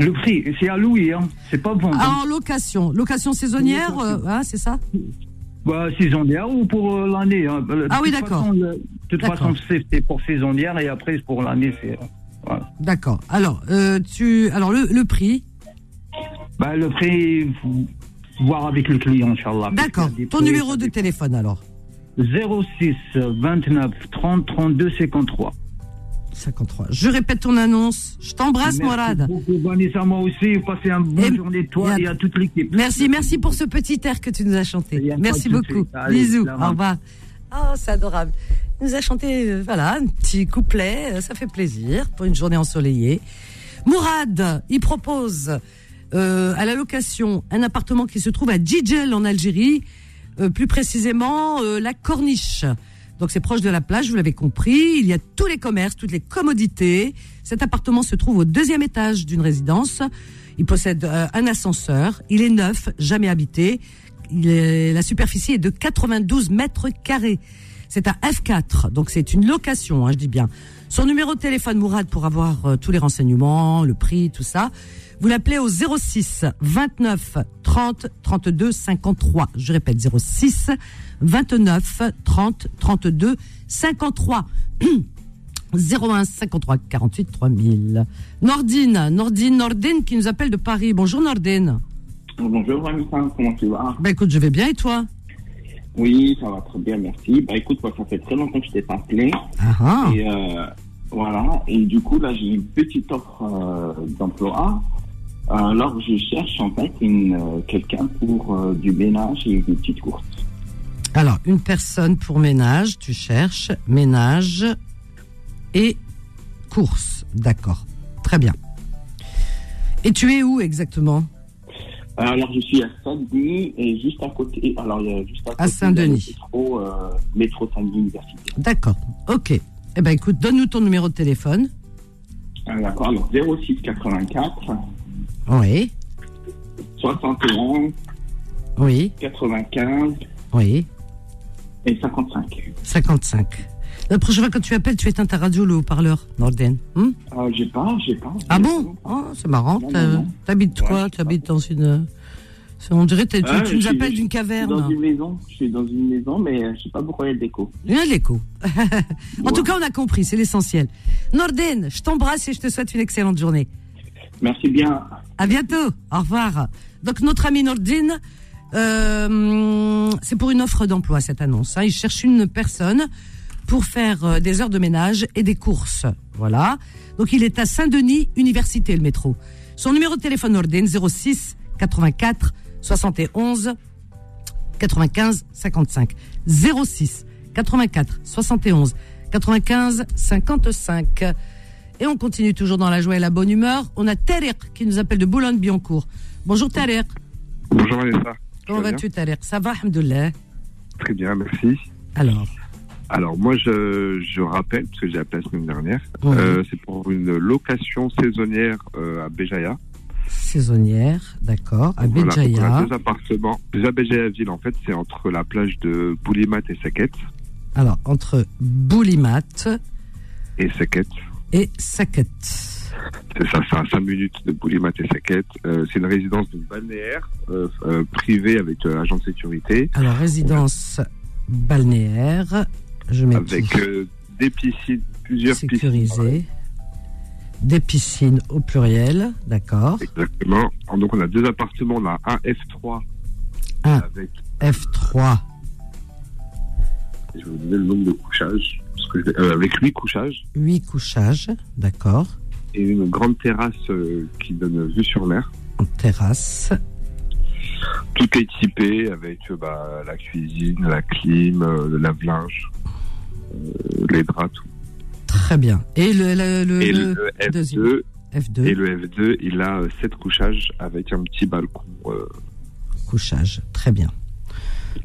S6: Le prix, c'est à louer, hein. c'est pas vendre. hein.
S2: Ah, En location, location saisonnière, euh, hein, c'est ça
S6: Bah, saisonnière ou pour euh, l'année. hein. De
S2: Ah oui,
S6: toute
S2: d'accord.
S6: façon, le- De toute façon,
S2: D'accord.
S6: c'est c'est pour saisonnière et après, c'est pour l'année. c'est, euh, Voilà.
S2: D'accord. Alors, euh, tu, alors le, le prix,
S6: Bah, le prix, faut voir avec le client, Inch'Allah.
S2: d'accord.
S6: Parce qu'il y a des
S2: Ton
S6: prix,
S2: numéro
S6: ça
S2: de
S6: dépend.
S2: téléphone alors
S6: 06 29 30 32 53.
S2: 53. Je répète ton annonce. Je t'embrasse,
S6: Merci
S2: Morad.
S6: beaucoup, Vanessa, moi aussi. Passez une bonne
S2: Et-
S6: journée, toi
S2: et
S6: et
S2: à-
S6: à toute l'équipe.
S2: Merci, merci pour ce petit air que tu nous as chanté.
S6: Il y a pas
S2: Merci
S6: de souci.
S2: beaucoup.
S6: Allez,
S2: Bisous.
S6: salam.
S2: Au revoir. Oh, c'est adorable. Il nous a chanté, euh, voilà, un petit couplet. euh, Ça fait plaisir pour une journée ensoleillée. Mourad, il propose euh, à la location un appartement qui se trouve à Djidjel en Algérie, euh, plus précisément euh, la Corniche. Donc c'est proche de la plage, vous l'avez compris. Il y a tous les commerces, toutes les commodités. Cet appartement se trouve au deuxième étage d'une résidence. Il possède euh, un ascenseur. Il est neuf, jamais habité. Il est- la superficie est de 92 mètres carrés. C'est un F4, donc c'est une location, hein, je dis bien. Son numéro de téléphone, Mourad, pour avoir euh, tous les renseignements, le prix, tout ça. Vous l'appelez au 06 29 30 32 53. Je répète, 06 29 30 32 53. 01 53 48 3000. Nordine, Nordine, Nordine qui nous appelle de Paris. Bonjour Nordine.
S7: Bonjour Vanessa, comment tu vas
S2: Ben écoute, je vais bien et toi
S7: Oui, ça va très bien, merci. Bah écoute, moi, ça fait très longtemps que je t'ai pas appelé.
S2: Ah ah.
S7: Et euh, voilà, et du coup, là, j'ai une petite offre euh, d'emploi. Euh, Alors, je cherche en fait une, euh, quelqu'un pour euh, du ménage et des petites courses.
S2: Alors, une personne pour ménage, tu cherches ménage et course. D'accord. Très bien. Et tu es où exactement
S7: Euh, Alors, je suis à Saint-Denis et juste à côté. Alors, il y a juste à, côté,
S2: Saint-Denis.
S7: il y a le Métro, euh, métro Saint-Denis Université.
S2: D'accord. Ok. Eh ben écoute, donne-nous ton numéro de téléphone.
S7: Ah, D'accord, alors 06 84
S2: Oui.
S7: 71
S2: Oui.
S7: 95
S2: Oui.
S7: et 55.
S2: 55. La prochaine fois que tu appelles, tu éteins ta radio, le haut-parleur, Norden. Hum
S7: Ah, j'ai pas, j'ai pas.
S2: ah bon Oh, C'est marrant.
S7: Non,
S2: T'as-
S7: non, non.
S2: T'habites
S7: Ouais,
S2: quoi
S7: je sais
S2: T'habites dans une. euh, c'est- On dirait que Eh, t'es- tu,
S7: Ah,
S2: tu
S7: je
S2: nous
S7: suis-
S2: appelles
S7: Je suis dans
S2: d'une caverne.
S7: une maison, je suis dans une maison, mais euh, je sais pas pourquoi il y a de l'écho.
S2: Il y a de l'écho. En
S7: Ouais.
S2: tout cas, on a compris, c'est l'essentiel. Norden, je t'embrasse et je te souhaite une excellente journée.
S7: Merci bien.
S2: À bientôt. Au revoir. Donc, notre ami Nordine, euh, c'est pour une offre d'emploi, cette annonce. hein. Il cherche une personne pour faire euh, des heures de ménage et des courses. Voilà. Donc, il est à Saint-Denis, Université, le métro. Son numéro de téléphone Nordine, 06 84 71 95 55. 06 84 71 95 55. Et on continue toujours dans la joie et la bonne humeur. On a Tariq qui nous appelle de Boulogne-Billancourt. Bonjour Tariq.
S8: Bonjour Vanessa.
S2: Comment
S8: vas bien
S2: vas-tu Tariq Ça va, Alhamdoulilah
S8: Très bien, merci.
S2: Alors,
S8: Alors moi, je, je rappelle, parce que j'ai appelé la semaine dernière,
S2: oui,
S8: euh, c'est pour une location saisonnière euh, à Béjaïa.
S2: saisonnière, d'accord, à
S8: Voilà, donc on a
S2: Béjaïa.
S8: deux appartements. Déjà Béjaïa Ville, en fait, c'est entre la plage de Boulimat et Saket.
S2: Alors, entre Boulimat
S8: Et Saket,
S2: et Saket.
S8: c'est ça, c'est à 5 minutes de Boulimat et Saket. Euh, c'est une résidence donc, balnéaire, euh, euh, privée avec euh, agent de sécurité,
S2: Alors, résidence balnéaire, je mets
S8: avec
S2: tout.
S8: euh, des piscines, plusieurs piscines.
S2: sécurisée, des piscines au pluriel, d'accord,
S8: Exactement. Donc on a deux appartements, on a un F3
S2: Un.
S8: avec
S2: F3,
S8: Je vais vous donner le nombre de couchages. parce que je l'ai- euh, avec 8 couchages
S2: 8 couchages, d'accord,
S8: et une grande terrasse euh, qui donne vue sur mer.
S2: en terrasse,
S8: Tout est équipé avec euh, bah, la cuisine, la clim, euh, le lave-linge, euh, les draps, tout.
S2: Très bien. Et le, le- le-
S8: et
S2: le
S8: le, E F2,
S2: deuxième. F2,
S8: et le F2, il a 7 couchages avec un petit balcon. euh,
S2: couchage. Très bien.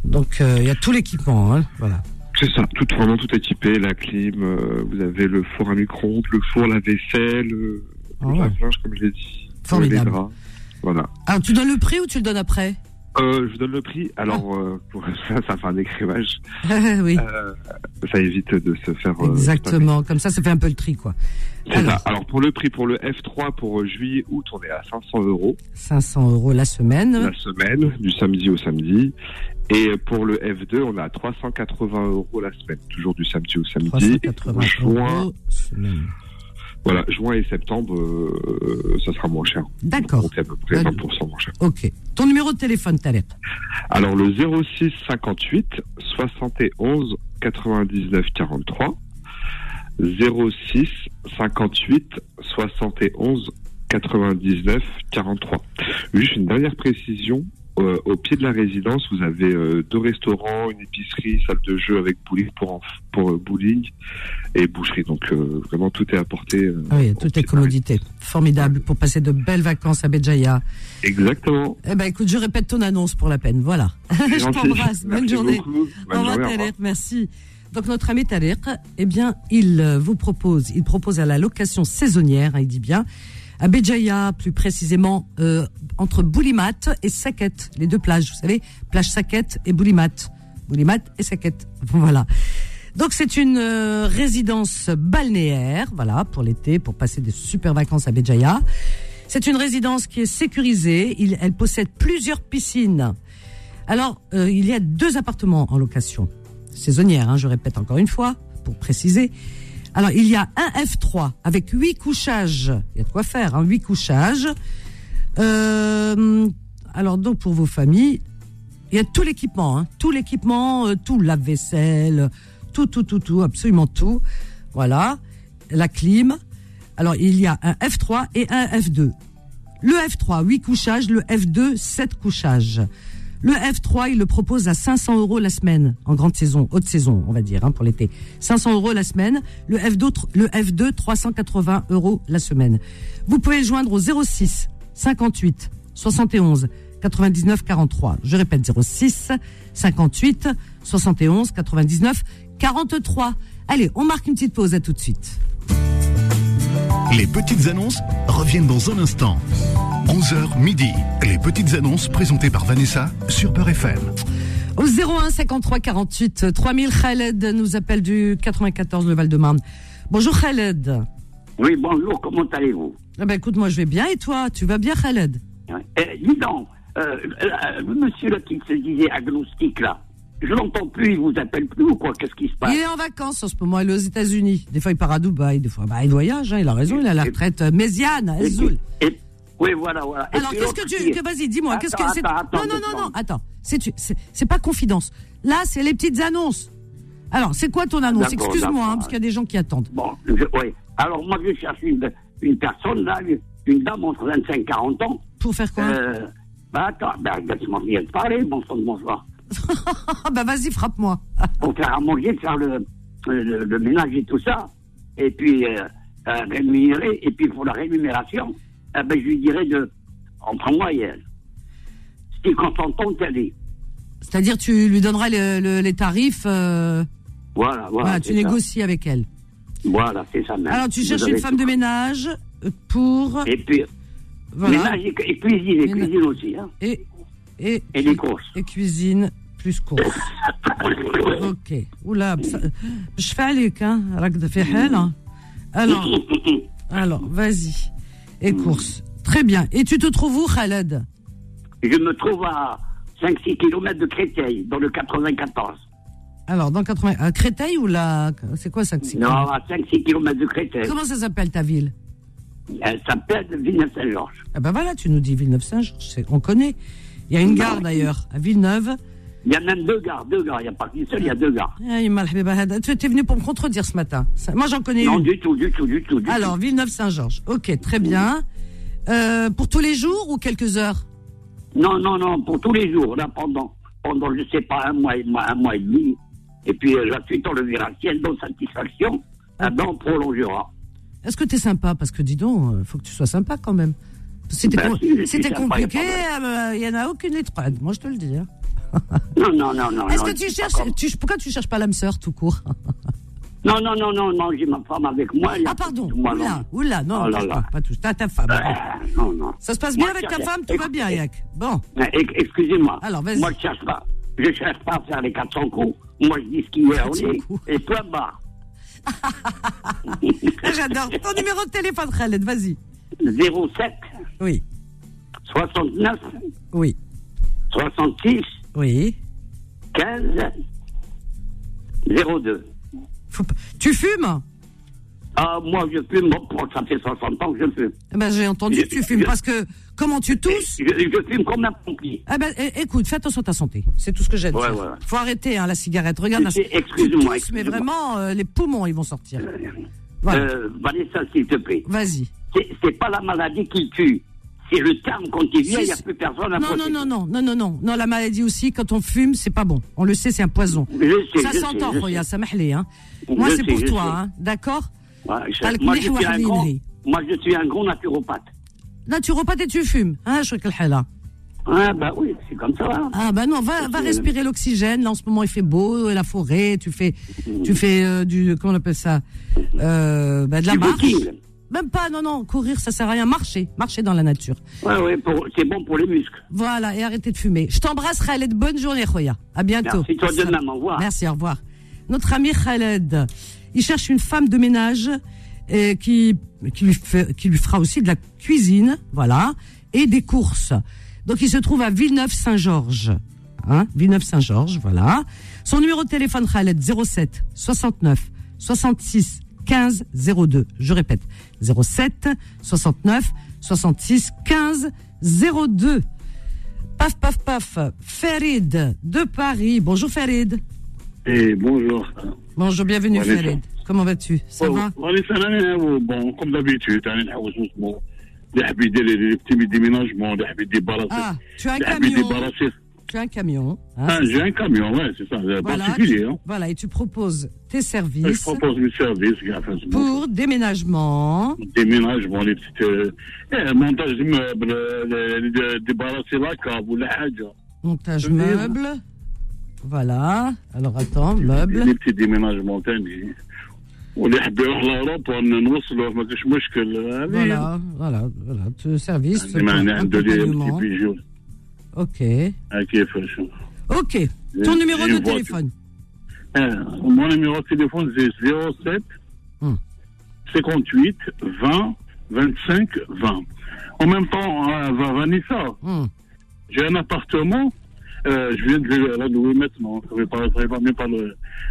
S2: Donc, euh, il y a tout l'équipement. hein, Voilà.
S8: c'est ça, tout, vraiment tout équipé, la clim, euh, vous avez le four à micro-ondes, le four, la vaisselle, euh,
S2: Ah
S8: le
S2: ouais.
S8: lave-linge, comme je l'ai dit. euh,
S2: Formidable.
S8: Les draps. Voilà.
S2: Ah, Alors, tu donnes le prix ou tu le donnes après
S8: Euh, je vous donne le prix.
S2: Ah.
S8: Alors, euh, pour ça, ça fait un écrivage.
S2: oui,
S8: Euh, ça évite de se faire. euh,
S2: exactement. Comme ça, ça fait un peu le tri, quoi.
S8: stopper. C'est ça. Alors, pour le prix, pour le F3, pour euh, juillet, août, on est à 500 euros
S2: 500 euros la semaine.
S8: la semaine, du samedi au samedi. Et pour le F2, on est à 380 euros la semaine, toujours du samedi au samedi. Et pour
S2: 380
S8: juin,
S2: euros semaine.
S8: voilà, juin et septembre, euh, ça sera moins cher.
S2: D'accord.
S8: Donc, c'est à peu près
S2: D'accord.
S8: 20% moins cher.
S2: Ok. Ton numéro de téléphone, Tarek
S8: Alors, le 06 58 71 99 43. 06 58 71 99 43. Juste une dernière précision. Euh, au pied de la résidence, vous avez euh, deux restaurants, une épicerie, salle de jeu avec bowling pour, enf- pour euh, bowling et boucherie. Donc euh, vraiment tout est apporté. euh,
S2: Ah Oui,
S8: au
S2: toutes
S8: pied
S2: les
S8: de la
S2: commodités. Formidable pour passer de belles vacances à Béjaïa.
S8: résidence. Exactement.
S2: Eh ben, écoute, je répète ton annonce pour la peine. Voilà.
S8: C'est
S2: je
S8: gentil.
S2: t'embrasse. Bonne
S8: Merci
S2: journée.
S8: beaucoup. Bonne
S2: Au revoir,
S8: journée, au revoir.
S2: Tariq, merci. Donc notre ami Tariq, eh bien, il euh, vous propose, il propose à la location saisonnière, hein, il dit bien, à Béjaïa, plus précisément euh, entre Boulimat et Saket, les deux plages, vous savez, plage Saket et Boulimat, Boulimat et Saket, voilà. Donc c'est une euh, résidence balnéaire, voilà, pour l'été, pour passer des super vacances à Béjaïa. C'est une résidence qui est sécurisée, il, elle possède plusieurs piscines. Alors, euh, il y a deux appartements en location saisonnière, hein, je répète encore une fois, pour préciser. Alors, il y a un F3 avec huit couchages. Il y a de quoi faire, hein, huit couchages. Euh, alors, donc, pour vos familles, il y a tout l'équipement, hein, tout l'équipement, euh, tout lave-vaisselle, tout, tout, tout, tout, absolument tout. Voilà, la clim. Alors, il y a un F3 et un F2. Le F3, 8 couchages. Le F2, 7 couchages. Le F3, il le propose à 500 euros la semaine, en grande saison, haute saison, on va dire, hein, pour l'été. 500 euros la semaine. Le F2, tr- le F2, 380 euros la semaine. Vous pouvez le joindre au 06 58 71 99 43. Je répète, 06 58 71 99 43. Allez, on marque une petite pause, à tout de suite.
S1: Les petites annonces reviennent dans un instant. 11h midi. Les petites annonces présentées par Vanessa sur Peur FM.
S2: Au 01 53 48 3000, euh, Khaled nous appelle du 94 le Val-de-Marne. Bonjour Khaled.
S9: Oui, bonjour, comment allez-vous
S2: Eh ben écoute, moi je vais bien et toi, tu vas bien Khaled
S9: Eh, Dis donc, euh, euh, monsieur là qui se disait agnostique là, je l'entends plus, il vous appelle plus ou quoi Qu'est-ce qui se passe
S2: Il est en vacances en ce moment, il est aux États-Unis. Des fois il part à Dubaï, des fois bah, il voyage, hein, il a raison, il a la retraite euh, mésiane,
S9: Et-
S2: Zoul.
S9: et- Oui, voilà, voilà. Et
S2: Alors
S9: puis
S2: qu'est-ce que
S9: l'autre
S2: tu.
S9: qui est-
S2: que- Vas-y, dis-moi, qu'est-ce que
S9: Attends,
S2: c'est.
S9: attends,
S2: Non,
S9: attends,
S2: non, non, non,
S9: attends.
S2: attends. C'est tu- c'est- c'est pas confidence. Là, c'est les petites annonces. Alors, c'est quoi ton annonce
S9: D'accord,
S2: Excuse-moi, hein,
S9: d'accord.
S2: parce qu'il y a des gens qui attendent.
S9: Bon, je, oui. Alors moi je cherche une, une personne là, une, une dame entre 25 et 40 ans.
S2: Pour faire quoi
S9: Euh, bah attends, bah, laisse-moi bien te parler, bon sang de bonsoir.
S2: Ah bah vas-y, frappe-moi.
S9: Pour faire à manger, faire le, le, le ménage et tout ça, et puis euh, euh, rémunérer, et puis pour la rémunération, eh ben, je lui dirais de, entre moi et elle, si consentant qu'elle est.
S2: C'est-à-dire, tu lui donneras le- le- les tarifs. euh,
S9: Voilà, voilà.
S2: Voilà,
S9: c'est
S2: Bah, tu
S9: ça.
S2: négocies avec elle.
S9: Voilà, c'est ça même.
S2: Alors, tu
S9: Vous
S2: cherches
S9: avez
S2: une femme
S9: tout.
S2: de ménage euh, pour.
S9: Et puis,
S2: Voilà.
S9: ménage et, cu- et cuisine, et
S2: Ménage.
S9: cuisine aussi, hein,
S2: Et, et,
S9: et les courses.
S2: et cuisine plus course. Ok. Oula, ça- je fais avec, hein. راك في حال, hein. Alors,
S9: Mm,
S2: alors vas-y. Et course. Très bien. Et tu te trouves où, Khaled
S9: Je me trouve à 5-6 km de Créteil, dans le 94.
S2: Alors, dans 80. À Créteil ou là C'est quoi ça que c'est
S9: Non, à 5-6 km de Créteil.
S2: Comment ça s'appelle ta ville
S9: Elle s'appelle Villeneuve-Saint-Georges.
S2: Ah ben voilà, tu nous dis Villeneuve-Saint-Georges. c'est- On connaît. Il y a une gare d'ailleurs, à Villeneuve.
S9: Il y a même deux gares, deux gares. Il n'y a pas qu'une seule, il y a deux gares.
S2: Aïe, malhaba hada. Tu étais venu pour me contredire ce matin. Ça- Moi, j'en connais
S9: Non,
S2: une.
S9: du tout, du tout, du tout. Du
S2: Alors, Villeneuve-Saint-Georges. Ok, très bien. Euh, pour tous les jours ou quelques heures
S9: tout. Non, non, non, pour tous les jours, là, pendant, pendant je ne sais pas, un mois, et- un mois et demi. Et puis, euh, la suite, on le verra. Si elle donne satisfaction, eh ben, on prolongera.
S2: Est-ce que t'es sympa Parce que dis donc, euh, faut que tu sois sympa quand même. C'était
S9: Ben
S2: com-
S9: si, hein. je suis
S2: c'était
S9: sympa,
S2: compliqué,
S9: y a
S2: euh, il n'y en a aucune étroite, moi je te le dis. hein.
S9: Non, non, non, non.
S2: Est-ce
S9: non,
S2: que
S9: je suis
S2: tu
S9: pas
S2: cherches.
S9: comme-
S2: tu- pourquoi tu cherches pas l'âme sœur tout court
S9: Non, non, non, non, non, j'ai ma femme avec moi.
S2: Ah, pardon.
S9: Moi, non.
S2: oula, oula, non,
S9: Oh là
S2: touche
S9: là. Ah,
S2: pas, pas touche. T'as ta femme.
S9: Non, non.
S2: Ça se passe
S9: Moi,
S2: bien avec
S9: je
S2: ta
S9: cherche-
S2: femme, tout va bien, Yak. Bon.
S9: Eh, ex- Excusez-moi.
S2: Alors, vas-y.
S9: Moi, je cherche pas. Je cherche pas à faire les 400 coups. Moi, je dis ce qu'il y a au
S2: 400
S9: nez. Et toi, barre.
S2: Ah, J'adore. Ton numéro de téléphone, Khaled, vas-y.
S9: 07
S2: Oui.
S9: 69
S2: Oui.
S9: 66
S2: Oui.
S9: 15 02.
S2: Faut pas- Tu fumes
S9: Ah, moi, je fume. Bon, pour- ça fait 60 ans que je fume.
S2: Eh ben, j'ai entendu que tu fumes parce que comment tu tousses
S9: Je, je fume comme un pompier.
S2: eh ben, é- écoute, fais attention à ta santé. C'est tout ce que j'ai à dire.
S9: Ouais, ouais.
S2: Faut arrêter hein, la cigarette. Regarde, la...
S9: Écoutez,
S2: tu
S9: excusez-moi,
S2: tousses, mais
S9: excusez-moi.
S2: vraiment, euh, les poumons, ils vont sortir. Voilà.
S9: Euh, Vanessa, s'il te plaît.
S2: Vas-y.
S9: C'est- C'est pas la maladie qui tue. C'est le terme quand il vient,
S2: Si,
S9: il n'y a
S2: si.
S9: plus personne à
S2: Non, non,
S9: protéger.
S2: non, non, non, non, non. Non, la maladie aussi, quand on fume, c'est pas bon. On le sait, c'est un poison.
S9: Je sais,
S2: Ça
S9: je
S2: s'entend,
S9: sais, je
S2: Roya,
S9: sais.
S2: ça m'a hâlé, hein. Moi,
S9: Je
S2: c'est
S9: sais,
S2: pour
S9: je
S2: toi,
S9: sais.
S2: hein. D'accord
S9: Ouais, je-
S2: Avec
S9: moi, je suis un
S2: Mihwahline,
S9: grand,
S2: lui.
S9: moi, je suis un gros naturopathe.
S2: Naturopathe et tu fumes. Hein, je là.
S9: Ah, bah oui, c'est comme ça. hein.
S2: Ah bah non, va, va respirer l'oxygène. Là en ce moment il fait beau, euh, la forêt, tu fais, tu fais euh, du comment on appelle ça, euh, bah, de la
S9: Du
S2: marche.
S9: footing.
S2: Même pas, non non, courir ça sert à rien, marcher, marcher dans la nature.
S9: Ouais, ouais, pour- c'est bon pour les muscles.
S2: Voilà et arrêtez de fumer. Je t'embrasse Khaled, bonne journée Khoya. À bientôt.
S9: Merci, toi de même, au revoir.
S2: Merci, au revoir. Notre ami Khaled, il cherche une femme de ménage euh, qui qui lui fait- qui lui fera aussi de la cuisine, voilà, et des courses. Donc il se trouve à Villeneuve-Saint-Georges. Hein, Villeneuve-Saint-Georges, voilà. Son numéro de téléphone Khaled 07 69 66 15 02. Je répète 07 69 66 15 02. Paf paf paf. Farid de Paris. Bonjour Farid.
S10: Et Eh, bonjour. Oh,
S2: Bonjour, bienvenue
S10: Bonjour.
S2: Farid. Comment vas-tu Ça va
S10: وليس انا بون كوم دابيتود انا نحوس نصبو يحب يدير لي بتي ديميناجمون يحب يدير
S2: Ah,
S10: براسيس
S2: tu as un
S10: يحب يدير
S2: camion.
S10: براسيس
S2: Tu as un camion. hein,
S10: Ah,
S2: c'est
S10: j'ai
S2: ça.
S10: un camion, ouais, c'est ça, euh,
S2: Voilà,
S10: particulier.
S2: tu-
S10: hein. Euh,
S2: voilà, et tu proposes tes
S10: Je
S2: services
S10: propose mes services, gars, enfin, c'est bon.
S2: pour déménagement.
S10: déménagement, les petites. euh, eh, montage d'immeubles, euh, les- les- débarrasser la cave ou la haja.
S2: Montage
S10: Oui.
S2: meuble. Voilà. Alors attends, meuble.
S10: Les petits déménagements, تاني. واللي يحب يروح لاوروبا نوصله ما كاش مشكل هذه
S2: Voilà, voilà, voilà. Te- Service.
S10: عندي معنى عنده لي
S2: accompagnement.
S10: بتي بيجو
S2: Ok.
S10: Ah, كيفاش
S2: Ok. Ton
S10: J'ai-
S2: numéro
S10: j'ai
S2: de
S10: une Euh, voiture.
S2: téléphone.
S10: Ah, Mon numéro de téléphone, c'est 07
S2: Hmm.
S10: 58 20 25 20. En même temps, euh, Va- Vanessa,
S2: Hmm.
S10: j'ai un appartement. euh, je viens de le la louer maintenant. Ça ne pas, ça va même pas le.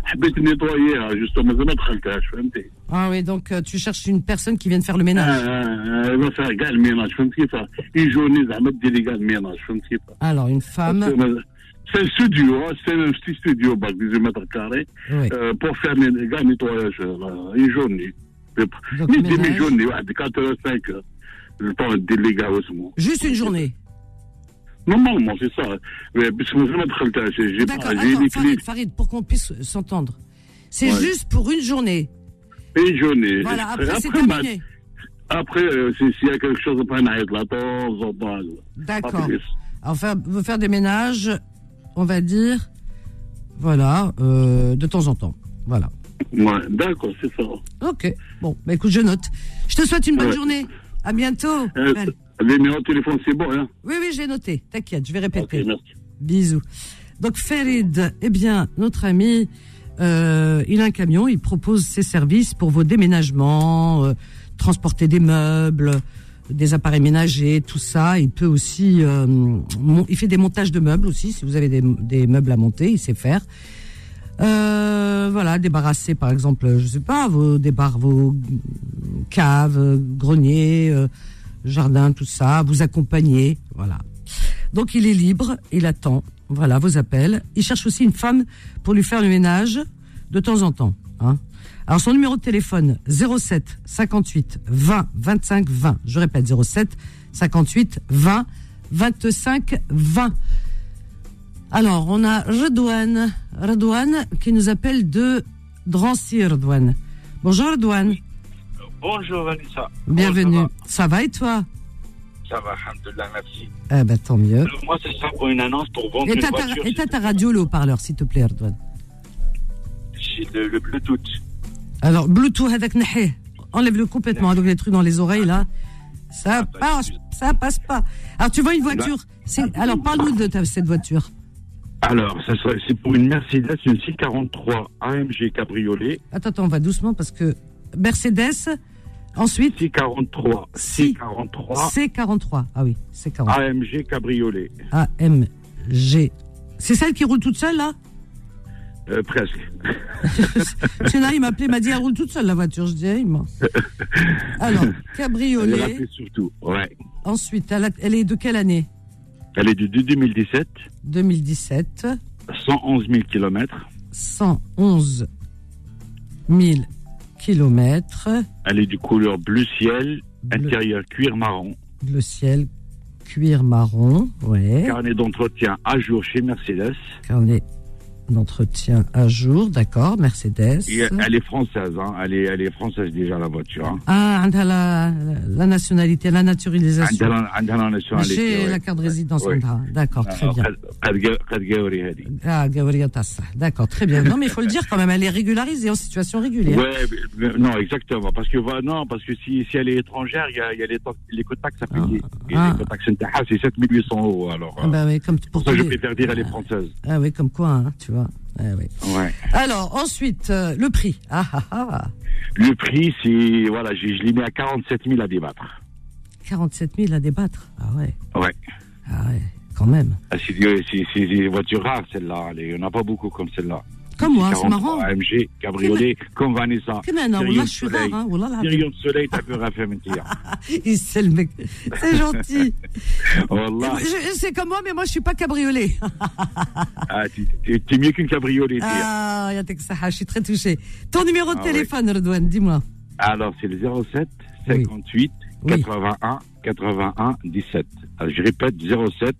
S10: Je vais te nettoyer, hein, justement, je vais mettre le cash. فهمتي؟
S2: Ah oui, donc euh, tu cherches une personne qui vienne faire le ménage.
S10: آه، آه، آه، ما فيها كاع الميناج فهمت كيف؟ اون جورني زعما دير لي كاع الميناج فهمت كيف؟
S2: Alors, une femme.
S10: C'est un studio, hein, c'est un petit studio, bah, 18 mètres carrés.
S2: Oui.
S10: Euh, pour faire les gars nettoyage, euh, là, une journée.
S2: Donc,
S10: Une
S2: ménage.
S10: demi-journée, ouais, de 4 h 5 heures. euh, Le temps de les gars au second.
S2: Juste une journée.
S10: Normalement, c'est ça. hein. Mais parce que je vais mettre le temps, j'ai j'ai
S2: D'accord,
S10: pas, j'ai
S2: attends,
S10: des
S2: Farid,
S10: clips.
S2: Farid, pour qu'on puisse s'entendre. C'est
S10: Ouais.
S2: juste pour une journée.
S10: Une journée.
S2: Voilà, après, c'est
S10: ma-
S2: terminé.
S10: Après, euh, si- s'il y a quelque chose, après, on arrête là, temps en temps. Pas
S2: D'accord.
S10: plus.
S2: Alors, faire, veut faire des ménages, on va dire, voilà, euh, de temps en temps. Voilà.
S10: Ouais, d'accord, c'est ça.
S2: Ok. Bon, bah écoute, je note. Je te souhaite une bonne
S10: Ouais.
S2: journée. À bientôt.
S10: Euh,
S2: Allez.
S10: les numéros de téléphone, c'est bon, hein?
S2: Oui, oui, j'ai noté. T'inquiète, je vais
S10: Ok,
S2: répéter.
S10: merci.
S2: Bisous. Donc Farid, eh bien, notre ami, euh, il a un camion, il propose ses services pour vos déménagements, euh, transporter des meubles, des appareils ménagers, tout ça. Il peut aussi, euh, mon- il fait des montages de meubles aussi, si vous avez des, des meubles à monter, il sait faire. Euh, voilà, débarrasser par exemple, je sais pas, vos débarres, vos caves, euh, greniers, euh, jardins, tout ça, vous accompagner, voilà. Donc il est libre, il attend, voilà, vos appels. Il cherche aussi une femme pour lui faire le ménage de temps en temps. Hein. Alors son numéro de téléphone 07 58 20 25 20. Je répète 07 58 20 25 20. Alors on a Redouane, Redouane qui nous appelle de Drancy Redouane. Bonjour Redouane,
S11: Bonjour Vanessa.
S2: bienvenue.
S11: Bonjour,
S2: Ça va et toi
S11: Ça va, Alhamdulillah, merci.
S2: Eh ben tant mieux.
S11: Euh, Moi, c'est ça pour une annonce pour vendre
S2: Et
S11: une
S2: t'as ta,
S11: voiture.
S2: éteins ta radio, le haut-parleur, s'il te plaît, Redouane.
S11: C'est le, le Bluetooth.
S2: Alors, Bluetooth, hadak nahé. Enlève-le complètement, donc les trucs dans les oreilles, là.
S12: Ah,
S2: Ça
S12: bah,
S2: passe, ça passe pas. Alors, tu vois
S12: Eh ben,
S2: une voiture. c'est- Alors, parle-nous de ta- cette voiture.
S12: Alors, ça serait- c'est pour une Mercedes, une 643 AMG cabriolet.
S2: Attends, attends, on va doucement parce que Mercedes, ensuite.
S12: 643. 643
S2: C43. Ah oui, C43.
S12: AMG cabriolet.
S2: AMG. C'est celle qui roule toute seule, là
S12: Euh, presque.
S2: Parce que là, il m'a appelé, il m'a dit, elle roule toute seule, la voiture. Je dis, eh, il ment. Alors,
S12: Elle est
S2: cabriolet.
S12: rapide surtout. Ouais.
S2: Ensuite, elle, a- elle est de quelle année
S12: Elle est de 2017,
S2: 2017.
S12: 111 000 km.
S2: 111 000 kilomètres.
S12: Elle est de couleur bleu ciel, intérieur cuir marron.
S2: Bleu ciel, cuir marron. Ouais.
S12: Carnet d'entretien à jour chez Mercedes.
S2: Carnet d'entretien à jour, d'accord, Mercedes.
S12: Et elle est française, hein. elle, est, elle est française déjà la voiture. Hein.
S2: Ah, elle a la, la nationalité, la naturalisation.
S12: عندها- عندها nationalité,
S2: J'ai
S12: ouais.
S2: la carte de résidence,
S12: Ouais. Ah,
S2: عندها. D'accord, très
S12: Alors,
S2: bien.
S12: قد- قد جا- قد جاوري هذه.
S2: Ah, Gabriel Tassa. D'accord, très bien. Non, mais il faut le dire quand même, elle est régularisée en situation régulière.
S12: Ouais, mais- mais- non, exactement. Parce que, voilà, non, parce que si, si elle est étrangère, il y a, il y a les, taxes- les cotaxes à payer. Et
S2: Ah.
S12: les cotaxes Intaha, c'est 7800 euros. Alors,
S2: Ah bah oui, comme
S12: pour
S2: pour
S12: ça,
S2: tous
S12: je
S2: les-
S12: préfère dire elle est française.
S2: Ah oui, comme quoi, hein, tu vois. Ah oui.
S12: Ouais.
S2: Alors, ensuite, euh, le prix. Ah, ah, ah.
S12: Le prix, c'est, voilà, je, je l'ai mis à 47 000 à débattre.
S2: 47 000 à débattre. Ah ouais,
S12: Ouais.
S2: ah ouais, quand même.
S12: Ah, C'est des c'est- c'est des voitures rares, celle-là. Il n'y en a pas beaucoup comme celle-là.
S2: Comme moi, c'est
S12: 43
S2: marrant.
S12: AMG, cabriolet, comme Vanessa.
S2: كما أنا، والله je suis
S12: soleil.
S2: rare, hein, والله العظيم.
S12: Sirion de soleil, t'as peur à faire mentir.
S2: Ah, Il sait le mec. C'est gentil.
S12: Wallah.
S2: Je- C'est comme moi, mais moi, je suis pas cabriolet.
S12: Ah, t'es- t'es t'es mieux qu'une cabriolet, t'es.
S2: Ah, Yatek Saha, je suis très touchée. Ton numéro de
S12: hein? Ah,
S2: téléphone, Redouane, dis-moi.
S12: Alors, c'est le 07 58 81 81 17. Alors, je répète, 07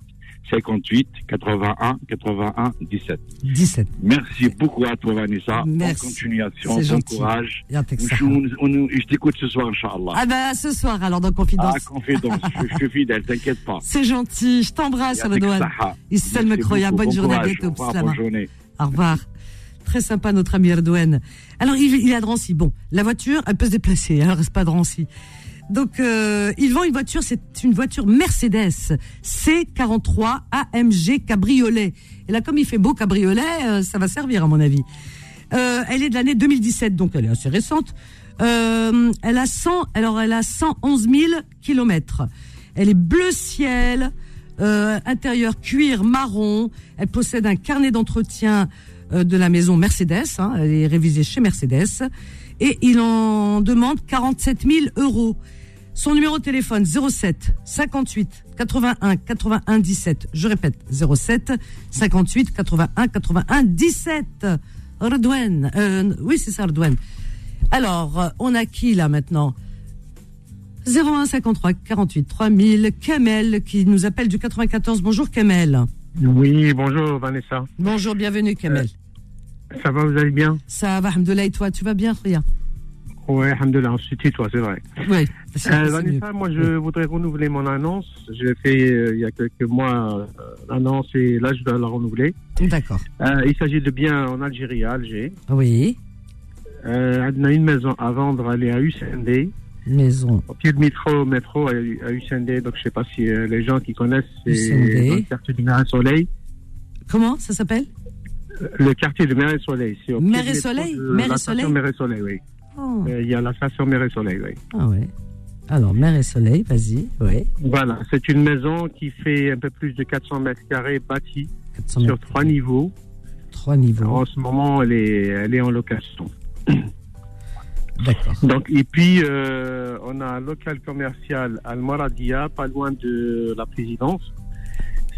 S12: 58 81 81 17.
S2: 17.
S12: Merci beaucoup à toi, Vanessa.
S2: Merci.
S12: Bonne continuation, bon
S2: C'est gentil.
S12: courage.
S2: Yatek
S12: Je,
S2: Saha.
S12: on- on- je t'écoute ce soir, Inch'Allah.
S2: Ah ben, à ce soir, alors, dans Confidence.
S12: Ah, confidence. je, je suis fidèle, t'inquiète pas.
S2: C'est gentil, je t'embrasse,
S12: Yatek
S2: Redouane.
S12: Saha.
S2: Il se salme
S12: Merci
S2: Kroya.
S12: beaucoup,
S2: Bonne
S12: bon
S2: journée à
S12: courage.
S2: bientôt.
S12: Au revoir,
S2: Bislama.
S12: bonne journée.
S2: Au revoir. Très sympa, notre ami Erdogan. Alors, il, il est à Drancy. Bon, la voiture, elle peut se déplacer, hein, elle reste pas à Drancy. Donc, euh, il vend une voiture, c'est une voiture Mercedes C43 AMG cabriolet. Et là, comme il fait beau cabriolet, euh, ça va servir, à mon avis. Euh, elle est de l'année 2017, donc elle est assez récente. Euh, elle a 100, alors elle a 111 000 kilomètres. Elle est bleu ciel, euh, intérieur cuir marron. Elle possède un carnet d'entretien euh, de la maison Mercedes. hein. elle est révisée chez Mercedes. Et il en demande 47 000 euros. Son numéro de téléphone 07 58 81 81 17. Je répète 07 58 81 81 17. Redouane. euh, oui, c'est ça, Redouane. Alors, euh, on a qui là maintenant 01 53 48 3000. Kamel qui nous appelle du 94. Bonjour Kamel.
S13: Oui, bonjour Vanessa.
S2: Bonjour, bienvenue Kamel.
S13: Ça va, vous allez bien
S2: Euh, Ça va, Alhamdoulilah, et toi, tu vas bien Rien.
S13: Ouais, alhamdoulilah, on se tutoie, c'est vrai.
S2: Oui.
S13: Euh, Vanessa, moi je voudrais renouveler mon annonce. J'ai fait euh, il y a quelques mois euh, l'annonce et là je dois la renouveler.
S2: D'accord.
S13: Euh, il s'agit de biens en Algérie, à Alger.
S2: Oui.
S13: Euh, on a une maison à vendre, elle est à UCND.
S2: Maison.
S13: Au pied de métro, métro à, à UCND, donc je sais pas si euh, les gens qui connaissent, c'est
S2: UCND.
S13: dans le quartier du Marais Soleil. Euh,
S2: Comment ça s'appelle
S13: Le quartier du Marais Soleil. c'est au pied
S2: Marais
S13: du métro
S2: Soleil
S13: de
S2: Marais
S13: la station
S2: Soleil
S13: Marais Soleil, oui.
S2: Oh.
S13: Euh, Il y a la station Marais Soleil, oui.
S2: Ah ouais. Alors, mer et soleil, vas-y. Oui.
S13: Voilà, c'est une maison qui fait un peu plus de 400 mètres carrés bâtie
S2: 400
S13: sur
S2: mètres Ah
S13: trois niveaux.
S2: Trois niveaux.
S13: en ce moment, elle est, elle est en location.
S2: D'accord.
S13: Donc, et puis, euh, on a un local commercial Al Moradia, pas loin de la présidence.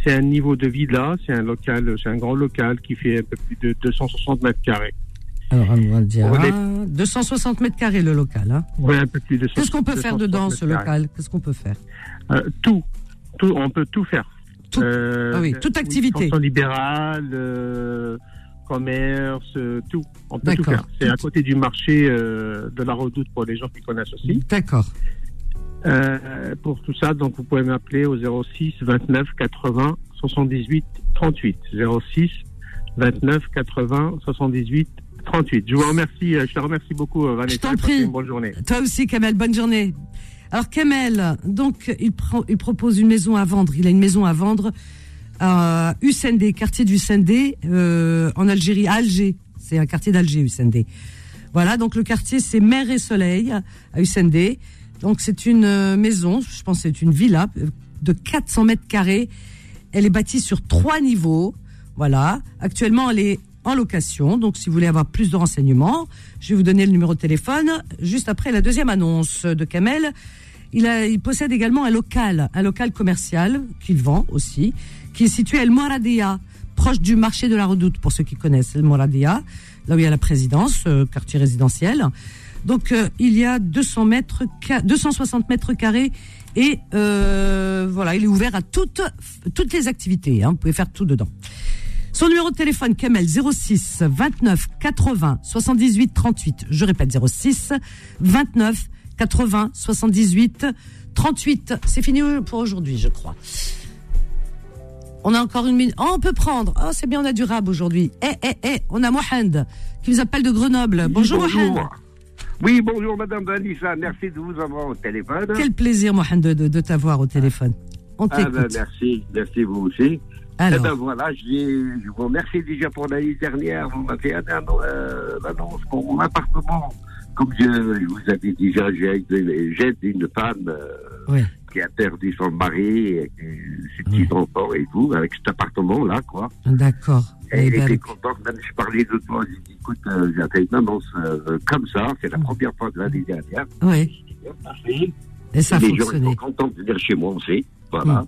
S13: C'est un niveau de villa, c'est un local, c'est un grand local qui fait un peu plus de 260 mètres carrés.
S2: Alors, on va dire.
S13: On est-
S2: ah, 260 mètres carrés le local. Hein.
S13: Ouais, un peu plus de
S2: Qu'est-ce qu'on peut faire
S13: 260
S2: dedans,
S13: mètres
S2: ce
S13: carrés.
S2: local Qu'est-ce qu'on peut faire
S13: Euh, tout, tout, on peut tout faire. Euh,
S2: Ah oui, toute
S13: euh,
S2: activité.
S13: chanson libérale, euh, commerce, euh, tout. On peut tout
S2: D'accord.
S13: faire. C'est à côté du marché euh, de la Redoute pour les gens qui connaissent aussi.
S2: D'accord.
S13: Euh, pour tout ça, donc vous pouvez m'appeler au 06 29 80 78 38. 06 29 80 78 38. Je vous remercie, euh, je te remercie beaucoup, euh, Vanessa.
S2: Je t'en
S13: Passez
S2: prie.
S13: Une bonne journée.
S2: Toi aussi, Kamel, bonne journée. Alors, Kamel, donc, il, prend- il propose une maison à vendre. Il a une maison à vendre à Usendé, quartier du Sendé, euh, en Algérie, à Alger. C'est un quartier d'Alger, Usendé. Voilà, donc le quartier, c'est Mer et Soleil, à Usendé. Donc, c'est une euh, maison, je pense que c'est une villa, euh, de 400 mètres carrés. Elle est bâtie sur trois niveaux. Voilà. Actuellement, elle est en location. Donc, si vous voulez avoir plus de renseignements, je vais vous donner le numéro de téléphone juste après la deuxième annonce de Kamel. Il, a- il possède également un local, un local commercial qu'il vend aussi, qui est situé à El Moradia, proche du marché de la Redoute, pour ceux qui connaissent El Moradia, là où il y a la présidence, euh, quartier résidentiel. Donc euh, il y a 200 mètres, ca- 260 mètres carrés et euh, voilà, il est ouvert à toutes, toutes les activités. hein, vous pouvez faire tout dedans. Son numéro de téléphone, Kamel 06 29 80 78 38. Je répète 06 29 80 78 38. C'est fini pour aujourd'hui, je crois. On a encore une minute. Oh, on peut prendre. Oh, c'est bien, on a du rab aujourd'hui. Eh, eh, eh, on a Mohand qui nous appelle de Grenoble. Bonjour, Mohand.
S14: Oui, bonjour Madame Vanessa, merci de vous avoir au téléphone.
S2: Quel plaisir, Mohand, de, de- de t'avoir au téléphone. On
S14: ah, ben,
S2: t'écoute.
S14: Merci, merci vous aussi.
S2: Alors.
S14: Eh ben voilà, je, dis- je vous remercie déjà pour l'année dernière. Vous m'avez fait un annon- euh, l'annonce pour mon appartement. Comme je, je vous avais déjà, j'ai- j'aide une femme euh,
S2: Oui.
S14: qui a perdu son mari, et qui- ses
S2: Hmm.
S14: petits-enfants et tout, avec cet appartement-là, quoi.
S2: D'accord.
S14: Et
S2: Eh
S14: il
S2: ben,
S14: était content, même je parlais d'autre fois, j'ai dit, écoute, euh, j'ai fait une annonce euh, comme ça, c'est la
S2: Mm.
S14: première fois de l'année dernière.
S2: Oui. Et ça a
S14: les gens ils
S2: fonctionné. Mm.
S14: sont contents de venir chez moi aussi. Voilà.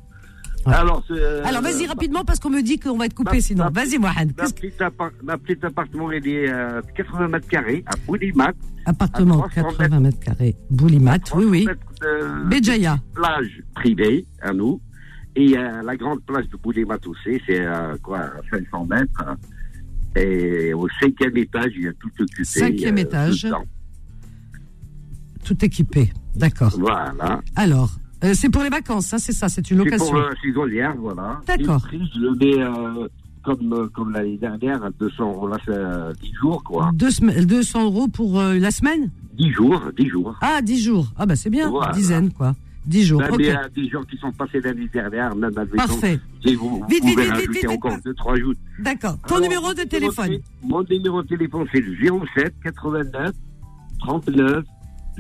S14: Alors, euh, c'est-
S2: Alors, vas-y rapidement parce qu'on me dit qu'on va être coupé sinon. Vas-y, Mohand.
S14: ma petite, appart- ma petite appartement, il est euh, 80 mètres carrés à Boulimat, Ah,
S2: Appartement 80 mètres carrés. Boulimat, oui, oui.
S14: de
S2: Béjaïa.
S14: euh, plage privée à nous. Et euh, la grande plage de Boulimat aussi, c'est euh, quoi, 500 mètres. hein. Et au cinquième étage, il y a tout occupé.
S2: Cinquième
S14: euh,
S2: étage.
S14: dedans.
S2: Tout équipé. D'accord.
S14: Voilà.
S2: Alors, euh, c'est pour les vacances, hein, c'est ça, c'est une
S14: C'est
S2: location.
S14: pour euh, saisonnière, voilà.
S2: D'accord.
S14: Et puis, je le mets euh, comme, euh, comme l'année dernière, à 200 euros, là, c'est euh, 10 jours, quoi.
S2: Deux sema- 200 euros pour euh, la semaine
S14: 10 jours, 10 jours.
S2: Ah, 10 jours. Ah, bah c'est bien,
S14: Voilà. Bah, euh,
S2: dizaine, quoi. 10 jours.
S14: Même
S2: ok.
S14: il y a des gens qui sont passés l'année dernière, même avec
S2: Parfait.
S14: Et vous,
S2: Vite,
S14: vous pouvez
S2: vite, vite, vite,
S14: rajouter
S2: vite, vite,
S14: encore 2-3 jours.
S2: D'accord. Ton numéro de téléphone
S14: Mon numéro de téléphone, c'est le 07 89 39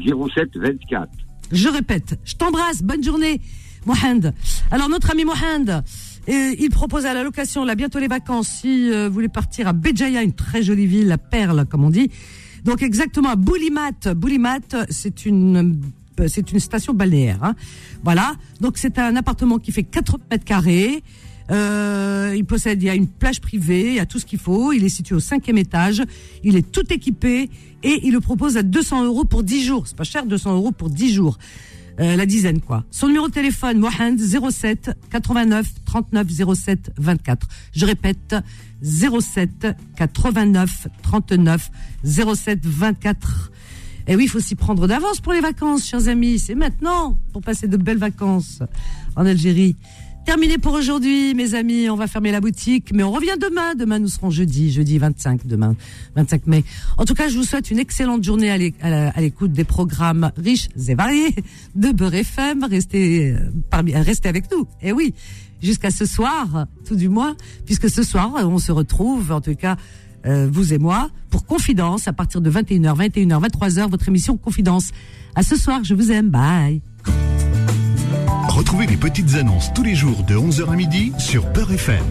S14: 07 24.
S2: Je répète, je t'embrasse, bonne journée, Mohand. Alors, notre ami Mohand, euh, il propose à la location, là, bientôt les vacances, si euh, vous voulez partir à Béjaïa, une très jolie ville, la perle, comme on dit. Donc, exactement, à Boulimat. Boulimat, c'est une, euh, c'est une station balnéaire. hein. Voilà. Donc, c'est un appartement qui fait 4 mètres carrés. Euh, il possède, il y a une plage privée, il y a tout ce qu'il faut. Il est situé au cinquième étage. Il est tout équipé et il le propose à 200 euros pour 10 jours. C'est pas cher, 200 euros pour 10 jours. Euh, la dizaine, quoi. Son numéro de téléphone, Mohand, 07 89 39 07 24. Je répète, 07 89 39 07 24. Et Eh oui, il faut s'y prendre d'avance pour les vacances, chers amis. C'est maintenant pour passer de belles vacances en Algérie. Terminé pour aujourd'hui, mes amis. On va fermer la boutique, mais on revient demain. Demain, nous serons jeudi, jeudi 25, demain, 25 mai. En tout cas, je vous souhaite une excellente journée à l'é- à la- à l'écoute des programmes riches et variés de Beurre FM. Restez, euh, parmi, euh, restez avec nous. Et oui, jusqu'à ce soir, tout du moins, puisque ce soir, on se retrouve, en tout cas, euh, vous et moi, pour Confidence à partir de 21h, 21h, 23h, votre émission Confidence. À ce soir, je vous aime. Bye.
S1: Retrouvez les petites annonces tous les jours de 11h à midi sur Peur FM.